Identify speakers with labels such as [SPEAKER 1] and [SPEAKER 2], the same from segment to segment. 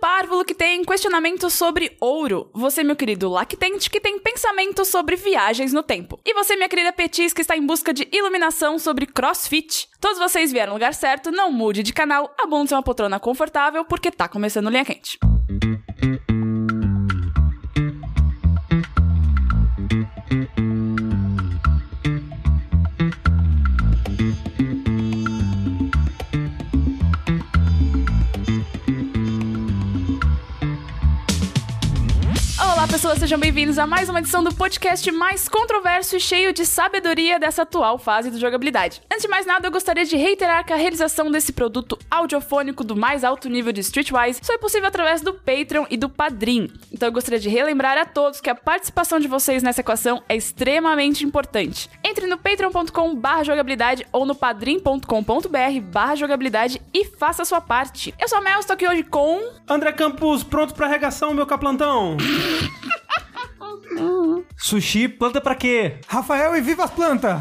[SPEAKER 1] Paulo, que tem questionamentos sobre ouro. Você, meu querido lactente, que tem pensamentos sobre viagens no tempo. E você, minha querida Petis, que está em busca de iluminação sobre crossfit. Todos vocês vieram no lugar certo, não mude de canal, abunde uma poltrona confortável, porque tá começando linha quente. Olá, pessoas, sejam bem-vindos a mais uma edição do podcast mais controverso e cheio de sabedoria dessa atual fase do jogabilidade. Antes de mais nada, eu gostaria de reiterar que a realização desse produto audiofônico do mais alto nível de Streetwise só é possível através do Patreon e do Padrim. Então eu gostaria de relembrar a todos que a participação de vocês nessa equação é extremamente importante. Entre no patreon.com barra jogabilidade ou no padrim.com.br barra jogabilidade e faça a sua parte. Eu sou a Mel, estou aqui hoje com...
[SPEAKER 2] André Campos, pronto pra regação, meu caplantão.
[SPEAKER 3] Sushi, planta pra quê?
[SPEAKER 4] Rafael e viva as plantas!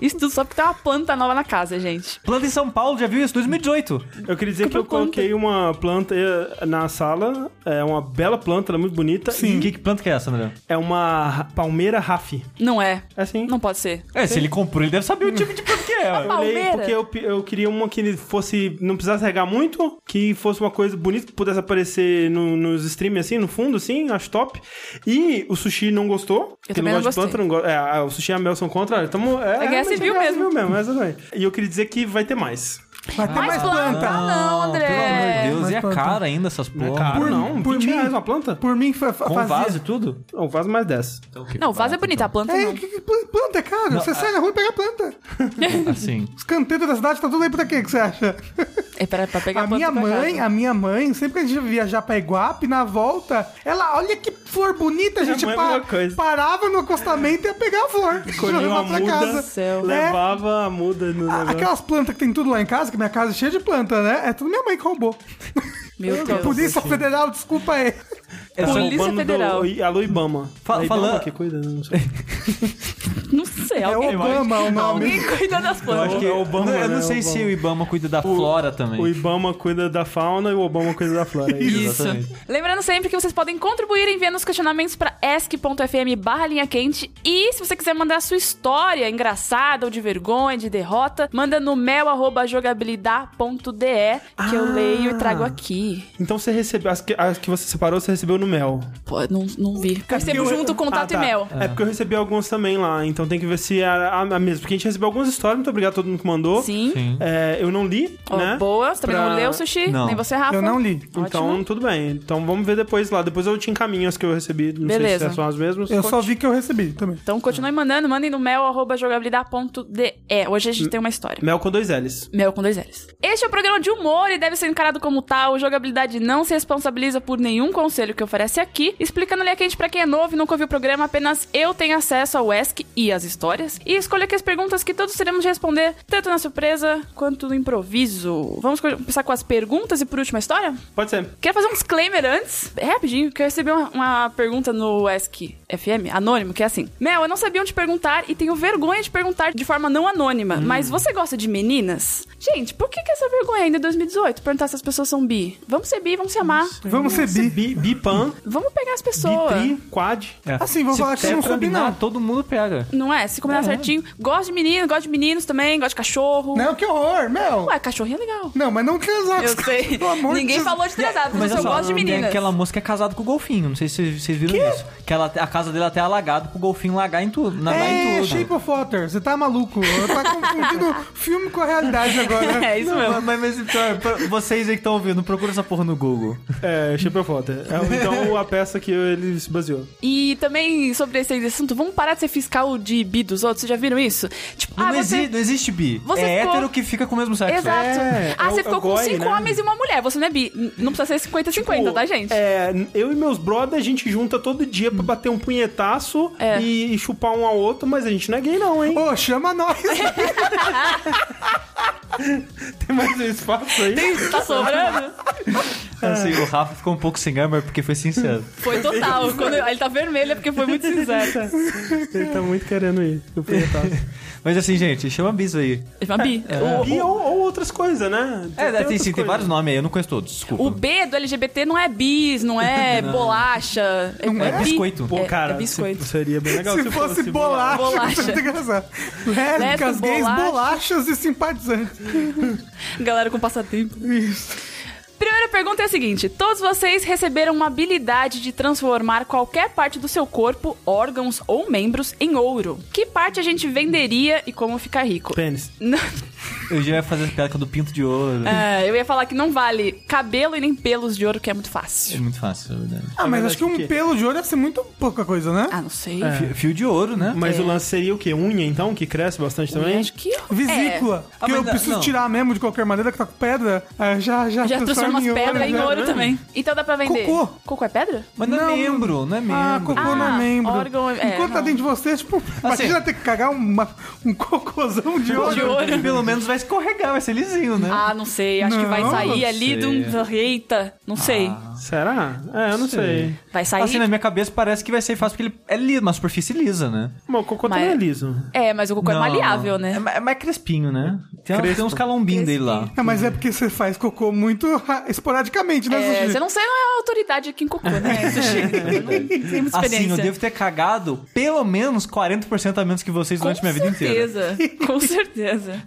[SPEAKER 1] Isso tudo só porque tem uma planta nova na casa, gente.
[SPEAKER 3] Planta em São Paulo, já viu isso? 2018.
[SPEAKER 2] Eu queria dizer que eu coloquei uma planta eh, na sala, é uma bela planta, ela é muito bonita.
[SPEAKER 3] E
[SPEAKER 2] E
[SPEAKER 3] Que, que planta que é essa, André?
[SPEAKER 2] É uma ra- palmeira raf.
[SPEAKER 1] Não é.
[SPEAKER 2] É assim.
[SPEAKER 1] Não pode ser.
[SPEAKER 3] É, se ele comprou, ele deve saber o tipo de planta que é. ué.
[SPEAKER 2] Eu olhei
[SPEAKER 1] Palmeira?
[SPEAKER 2] porque eu, pe- eu queria uma que fosse. Não precisasse regar muito, que fosse uma coisa bonita, que pudesse aparecer no- nos streams assim, no fundo, assim, acho top. E o sushi não gostou. que
[SPEAKER 1] também não
[SPEAKER 2] gosta
[SPEAKER 1] gostei.
[SPEAKER 2] de planta, não gosta. É, o sushi e a Mel são contra. Tamo, é,
[SPEAKER 1] guerra
[SPEAKER 2] realmente,
[SPEAKER 1] civil
[SPEAKER 2] guerra
[SPEAKER 1] mesmo.
[SPEAKER 2] civil mesmo, exatamente. E eu queria dizer que vai ter mais.
[SPEAKER 4] Vai ter mais
[SPEAKER 1] planta.
[SPEAKER 4] planta!
[SPEAKER 1] Ah, não, André.
[SPEAKER 3] Pelo amor de Deus,
[SPEAKER 4] Mas
[SPEAKER 3] e é
[SPEAKER 4] planta.
[SPEAKER 3] cara ainda essas
[SPEAKER 2] Não é
[SPEAKER 3] plantas.
[SPEAKER 2] caro,
[SPEAKER 4] Por-
[SPEAKER 2] não.
[SPEAKER 4] por
[SPEAKER 2] 20
[SPEAKER 4] mim-
[SPEAKER 2] reais uma planta?
[SPEAKER 4] Por mim, fa fa
[SPEAKER 3] Com
[SPEAKER 4] fazia.
[SPEAKER 3] vaso e tudo?
[SPEAKER 2] Não, faz mais 10.
[SPEAKER 3] Então,
[SPEAKER 1] Não, o vaso é bonito, a planta
[SPEAKER 4] É,
[SPEAKER 1] não.
[SPEAKER 4] que, que pla- planta é caro. você sai na rua e pega planta.
[SPEAKER 3] Assim.
[SPEAKER 4] Os canteiros da cidade tá tudo aí pra quê que você acha?
[SPEAKER 1] É pra, pra pegar
[SPEAKER 4] A minha
[SPEAKER 1] planta pra
[SPEAKER 4] mãe,
[SPEAKER 1] casa.
[SPEAKER 4] a minha mãe, sempre que a gente ia viajar pra Iguape, na volta, ela, olha que flor bonita, a
[SPEAKER 2] Minha
[SPEAKER 4] gente
[SPEAKER 2] mãe é
[SPEAKER 4] pa-
[SPEAKER 2] a mesma coisa.
[SPEAKER 4] parava no acostamento e ia pegar a flor.
[SPEAKER 2] Escolheu
[SPEAKER 4] levar
[SPEAKER 2] uma
[SPEAKER 4] pra
[SPEAKER 2] muda,
[SPEAKER 4] casa.
[SPEAKER 1] Céu.
[SPEAKER 4] É,
[SPEAKER 2] levava a muda no
[SPEAKER 4] a-
[SPEAKER 1] Ah,
[SPEAKER 2] negócio.
[SPEAKER 4] aquelas plantas que tem tudo lá em casa, que minha casa é cheia de planta, né? É tudo minha mãe que roubou.
[SPEAKER 1] Meu Deus.
[SPEAKER 4] Polícia Federal, desculpa aí.
[SPEAKER 3] É só-
[SPEAKER 1] Polícia
[SPEAKER 2] Roubando
[SPEAKER 1] Federal.
[SPEAKER 2] Do, e- a Luibama.
[SPEAKER 3] Fa-
[SPEAKER 2] Ibama
[SPEAKER 3] falando-
[SPEAKER 2] que cuida, não sei.
[SPEAKER 1] Não sei,
[SPEAKER 4] É
[SPEAKER 1] alguém,
[SPEAKER 4] Obama o nome.
[SPEAKER 1] alguém cuida das
[SPEAKER 3] Eu
[SPEAKER 1] plantas.
[SPEAKER 3] acho que-
[SPEAKER 2] É o Obama,
[SPEAKER 3] Não, eu
[SPEAKER 2] né,
[SPEAKER 3] não
[SPEAKER 2] é o
[SPEAKER 3] sei
[SPEAKER 2] Obama.
[SPEAKER 3] se o Ibama cuida da flora também.
[SPEAKER 2] O Ibama cuida da fauna e o Obama cuida da flora. é isso.
[SPEAKER 1] Isso.
[SPEAKER 3] Exatamente.
[SPEAKER 1] Lembrando sempre que vocês podem contribuir enviando os questionamentos para ask.fm barra linha quente. E se você quiser mandar a sua história engraçada ou de vergonha, de derrota, manda no mel.jogabilidade.de que
[SPEAKER 4] Ah.
[SPEAKER 1] eu leio e trago aqui.
[SPEAKER 2] Então você recebeu, as que, as que você separou, você recebeu no Mel.
[SPEAKER 1] Pô, não, não vi. Eu recebo
[SPEAKER 2] Eu-
[SPEAKER 1] junto contato
[SPEAKER 2] Ah, tá.
[SPEAKER 1] e mel.
[SPEAKER 2] É porque eu recebi alguns também lá, então tem que ver se era a, a mesma. Porque a gente recebeu algumas histórias, muito obrigado a todo mundo que mandou.
[SPEAKER 1] Sim.
[SPEAKER 3] Sim.
[SPEAKER 2] É, eu não li,
[SPEAKER 1] Ó,
[SPEAKER 2] né?
[SPEAKER 1] Boa. Você também
[SPEAKER 2] Pra-
[SPEAKER 1] não leu, Sushi?
[SPEAKER 3] Não.
[SPEAKER 1] Nem você, Rafa?
[SPEAKER 4] Eu não li.
[SPEAKER 2] Então,
[SPEAKER 1] Ótimo.
[SPEAKER 2] tudo bem. Então vamos ver depois lá. Depois eu te encaminho as que eu recebi. Não
[SPEAKER 1] Beleza.
[SPEAKER 2] sei se são as mesmas.
[SPEAKER 4] Eu só vi que eu recebi também.
[SPEAKER 1] Então continue mandando, mandem no mel.jogabilidade.de. Hoje a gente tem uma história.
[SPEAKER 2] Mel com dois L's.
[SPEAKER 1] Mel com dois L's. Este é um programa de humor e deve ser encarado como tal. Jogabilidade não se responsabiliza por nenhum conselho que oferece aqui. Explicando a quente pra quem é novo e nunca ouviu o programa, apenas eu tenho acesso ao ESC e às histórias. E escolho aqui as perguntas que todos teremos de responder, tanto na surpresa quanto no improviso. Vamos co- começar com as perguntas e por último a história?
[SPEAKER 2] Pode ser.
[SPEAKER 1] Quero fazer um disclaimer antes, é rapidinho, que eu recebi uma, uma pergunta no ESC FM, anônimo, que é assim: Mel, eu não sabia onde perguntar e tenho vergonha de perguntar de forma não anônima, mas você gosta de meninas? Gente, por que, que essa vergonha ainda é em 2018? Perguntar se as pessoas são bi. Vamos ser bi, vamos se amar,
[SPEAKER 4] Vamos ser bi.
[SPEAKER 2] Bi, bipan,
[SPEAKER 1] vamos pegar as pessoas.
[SPEAKER 2] bitri, quad.
[SPEAKER 3] É.
[SPEAKER 4] Assim, vou
[SPEAKER 3] Se
[SPEAKER 4] falar que eu não soube,
[SPEAKER 3] combinar,
[SPEAKER 4] não.
[SPEAKER 3] Todo mundo pega.
[SPEAKER 1] Não é? Se combinar certinho. Gosto de menino, gosto de meninos também, gosto de cachorro.
[SPEAKER 4] Não, que horror, meu.
[SPEAKER 1] Ué, cachorrinho é legal.
[SPEAKER 4] Não, mas não transar.
[SPEAKER 1] Eu sei.
[SPEAKER 4] Pelo amor de
[SPEAKER 1] Ninguém
[SPEAKER 4] Deus.
[SPEAKER 1] falou de transado, mas eu só
[SPEAKER 3] olha
[SPEAKER 1] gosto de
[SPEAKER 3] tem
[SPEAKER 1] meninas.
[SPEAKER 3] aquela moça que é casada com o golfinho. Não sei se vocês- vocês viram isso. Que ela, a casa dela até é alagada pro golfinho lagar em tudo. Nadar em
[SPEAKER 4] É,
[SPEAKER 3] tudo.
[SPEAKER 4] Shape of Water, você tá maluco. Tá confundindo filme com a realidade agora.
[SPEAKER 1] É isso mesmo.
[SPEAKER 3] Não, mas, mas, então, pra- vocês aí que estão ouvindo, procura essa porra no Google.
[SPEAKER 2] É, Shape Foto. É, então a peça que ele se baseou.
[SPEAKER 1] E também sobre esse assunto, vamos parar de ser fiscal de bi dos outros? Vocês já viram isso? Tipo,
[SPEAKER 3] Não,
[SPEAKER 1] ah, você...
[SPEAKER 3] exi- não existe bi.
[SPEAKER 1] você
[SPEAKER 3] é
[SPEAKER 1] ficou-
[SPEAKER 3] hétero que fica com o mesmo sexo.
[SPEAKER 1] Exato.
[SPEAKER 2] É,
[SPEAKER 1] ah,
[SPEAKER 2] é o-
[SPEAKER 1] você
[SPEAKER 2] é
[SPEAKER 1] ficou
[SPEAKER 2] o
[SPEAKER 1] com
[SPEAKER 2] goi,
[SPEAKER 1] cinco
[SPEAKER 2] né?
[SPEAKER 1] homens e uma mulher. Você não é bi. N- Não precisa ser 50-50, tá, gente?
[SPEAKER 2] É, eu e meus brothers, a gente junta todo dia pra bater um punhetaço
[SPEAKER 1] É.
[SPEAKER 2] e, e chupar um ao outro, mas a gente não é gay não, hein?
[SPEAKER 4] Ô, chama nós.
[SPEAKER 2] Tem mais um espaço aí?
[SPEAKER 1] Tá sobrando?
[SPEAKER 3] Assim, o Rafa ficou um pouco sem gama porque foi sincero.
[SPEAKER 1] Foi total. Quando ele tá vermelho é porque foi muito sincero.
[SPEAKER 2] Ele tá muito querendo ir no punhetaço.
[SPEAKER 3] Mas assim, gente, chama a Bis aí.
[SPEAKER 1] Ele fala, Bi. é. o-
[SPEAKER 2] E ou, ou outras coisas, né?
[SPEAKER 3] É, tem,
[SPEAKER 2] outras
[SPEAKER 3] sim, tem
[SPEAKER 2] coisas.
[SPEAKER 3] vários nomes aí, eu não conheço todos, desculpa.
[SPEAKER 1] O B do LGBT não é bis, não é bolacha.
[SPEAKER 3] Não é
[SPEAKER 1] bi-
[SPEAKER 3] biscoito.
[SPEAKER 2] Pô,
[SPEAKER 1] é-
[SPEAKER 2] cara,
[SPEAKER 1] é biscoito.
[SPEAKER 2] se- seria bem legal
[SPEAKER 4] se, fosse, bolacha,
[SPEAKER 1] bolacha.
[SPEAKER 4] muito engraçado. Lésbicas,
[SPEAKER 1] Lésbica,
[SPEAKER 4] gays,
[SPEAKER 1] bolacha.
[SPEAKER 4] bolachas e simpatizantes.
[SPEAKER 1] Galera com passatempo.
[SPEAKER 4] Isso.
[SPEAKER 1] Primeira pergunta é a seguinte: todos vocês receberam uma habilidade de transformar qualquer parte do seu corpo, órgãos ou membros em ouro. Que parte a gente venderia e como ficar rico?
[SPEAKER 2] Pênis.
[SPEAKER 1] Não-
[SPEAKER 3] Eu já ia fazer a piada do pinto de ouro. É,
[SPEAKER 1] É, eu ia falar que não vale cabelo e nem pelos de ouro, que é muito fácil.
[SPEAKER 3] muito fácil, na verdade.
[SPEAKER 4] Ah, mas acho que um
[SPEAKER 2] que-
[SPEAKER 4] pelo de ouro deve ser muito pouca coisa, né?
[SPEAKER 1] Ah, não sei.
[SPEAKER 3] Fio- Fio de ouro, né?
[SPEAKER 2] Mas
[SPEAKER 1] É.
[SPEAKER 2] o lance seria o quê? Unha, então, que cresce bastante
[SPEAKER 1] Eu
[SPEAKER 2] também?
[SPEAKER 1] Acho que.
[SPEAKER 4] Vesícula.
[SPEAKER 3] Ah,
[SPEAKER 4] que
[SPEAKER 3] mas
[SPEAKER 4] eu
[SPEAKER 3] não-
[SPEAKER 4] preciso
[SPEAKER 3] não.
[SPEAKER 4] tirar mesmo de qualquer maneira, que tá com pedra. Aí já, já,
[SPEAKER 1] É, já transforma as pedras em
[SPEAKER 4] já,
[SPEAKER 1] ouro
[SPEAKER 4] né?
[SPEAKER 1] também. Então dá pra vender.
[SPEAKER 4] Cocô.
[SPEAKER 1] Cocô é pedra?
[SPEAKER 3] Mas não,
[SPEAKER 4] Não.
[SPEAKER 3] é membro, não é membro.
[SPEAKER 4] Ah, cocô
[SPEAKER 1] Ah,
[SPEAKER 4] não é membro.
[SPEAKER 1] órgão é- é,
[SPEAKER 4] Enquanto tá
[SPEAKER 1] não. Assim.
[SPEAKER 4] dentro de você, tipo, imagina ter que cagar uma- um cocôzão de ouro.
[SPEAKER 1] De ouro.
[SPEAKER 3] Pelo menos vai escorregar, vai ser lisinho, né?
[SPEAKER 1] Ah, não sei. Acho que vai
[SPEAKER 4] Não,
[SPEAKER 1] sair
[SPEAKER 3] não
[SPEAKER 1] ali de um. Eita, não sei.
[SPEAKER 2] Ah. Será? É, eu não sei.
[SPEAKER 3] Sei.
[SPEAKER 1] Vai sair.
[SPEAKER 3] Assim, na minha cabeça parece que vai ser fácil, porque ele é liso, uma superfície lisa, né?
[SPEAKER 2] Mas o cocô
[SPEAKER 1] Mas-
[SPEAKER 2] também é liso.
[SPEAKER 1] É, mas o cocô é
[SPEAKER 3] Não,
[SPEAKER 1] maliável,
[SPEAKER 3] não. É,
[SPEAKER 1] né?
[SPEAKER 3] ma- é mais crespinho, né? Tem,
[SPEAKER 2] Crespo.
[SPEAKER 3] tem uns calombinhos dele lá.
[SPEAKER 4] É, mas é porque você faz cocô muito ra- esporadicamente, né,
[SPEAKER 1] É,
[SPEAKER 4] Sushi?
[SPEAKER 1] você não sei, não é a autoridade aqui em cocô, né? Sushi? Eu não tenho muita experiência.
[SPEAKER 3] Assim, eu devo ter cagado pelo menos 40% a menos que vocês
[SPEAKER 1] Com
[SPEAKER 3] durante minha vida inteira.
[SPEAKER 1] certeza, com certeza.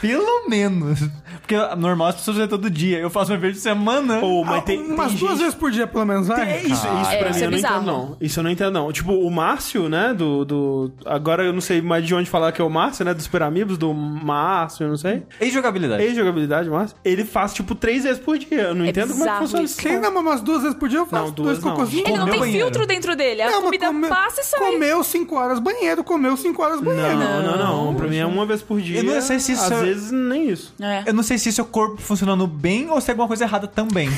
[SPEAKER 3] Pelo menos. Porque normal as pessoas é todo dia. Eu faço uma vez por semana. Ah.
[SPEAKER 2] Ou,
[SPEAKER 4] Ah,
[SPEAKER 2] mas tem, tem
[SPEAKER 4] umas duas
[SPEAKER 2] gente-
[SPEAKER 4] vezes por dia, pelo menos, vai.
[SPEAKER 2] É isso, isso
[SPEAKER 1] É,
[SPEAKER 2] pra
[SPEAKER 1] isso
[SPEAKER 2] mim
[SPEAKER 1] é
[SPEAKER 2] eu não
[SPEAKER 1] bizarro.
[SPEAKER 2] entendo, não. Isso eu não entendo, não. Tipo, o Márcio, né? Do. do agora eu não sei mais de onde falar que é o Márcio, né? Dos Super Amigos, do Márcio, eu não sei.
[SPEAKER 3] E jogabilidade.
[SPEAKER 2] Ex-jogabilidade, Márcio. Ele faz, tipo, três vezes por dia. Eu não
[SPEAKER 1] É
[SPEAKER 2] entendo como é que
[SPEAKER 1] bizarro
[SPEAKER 2] funciona
[SPEAKER 1] isso.
[SPEAKER 2] isso.
[SPEAKER 4] Quem não mama umas duas vezes por dia, eu faço
[SPEAKER 2] Não, duas
[SPEAKER 4] dois
[SPEAKER 2] não.
[SPEAKER 4] cocôzinhos.
[SPEAKER 1] Ele não
[SPEAKER 3] Comeu
[SPEAKER 1] tem
[SPEAKER 3] banheiro.
[SPEAKER 1] filtro dentro dele, a
[SPEAKER 4] Não, mas
[SPEAKER 1] comida
[SPEAKER 4] come-
[SPEAKER 1] passa e sai.
[SPEAKER 4] Comeu cinco horas banheiro, comeu cinco horas banheiro.
[SPEAKER 2] Não, não, não. Pra mim é uma vez por dia.
[SPEAKER 3] Eu não sei se isso
[SPEAKER 2] Às
[SPEAKER 3] é-
[SPEAKER 2] vezes nem isso.
[SPEAKER 1] É.
[SPEAKER 3] Eu não sei se isso é o corpo funcionando bem ou se é alguma coisa errada também.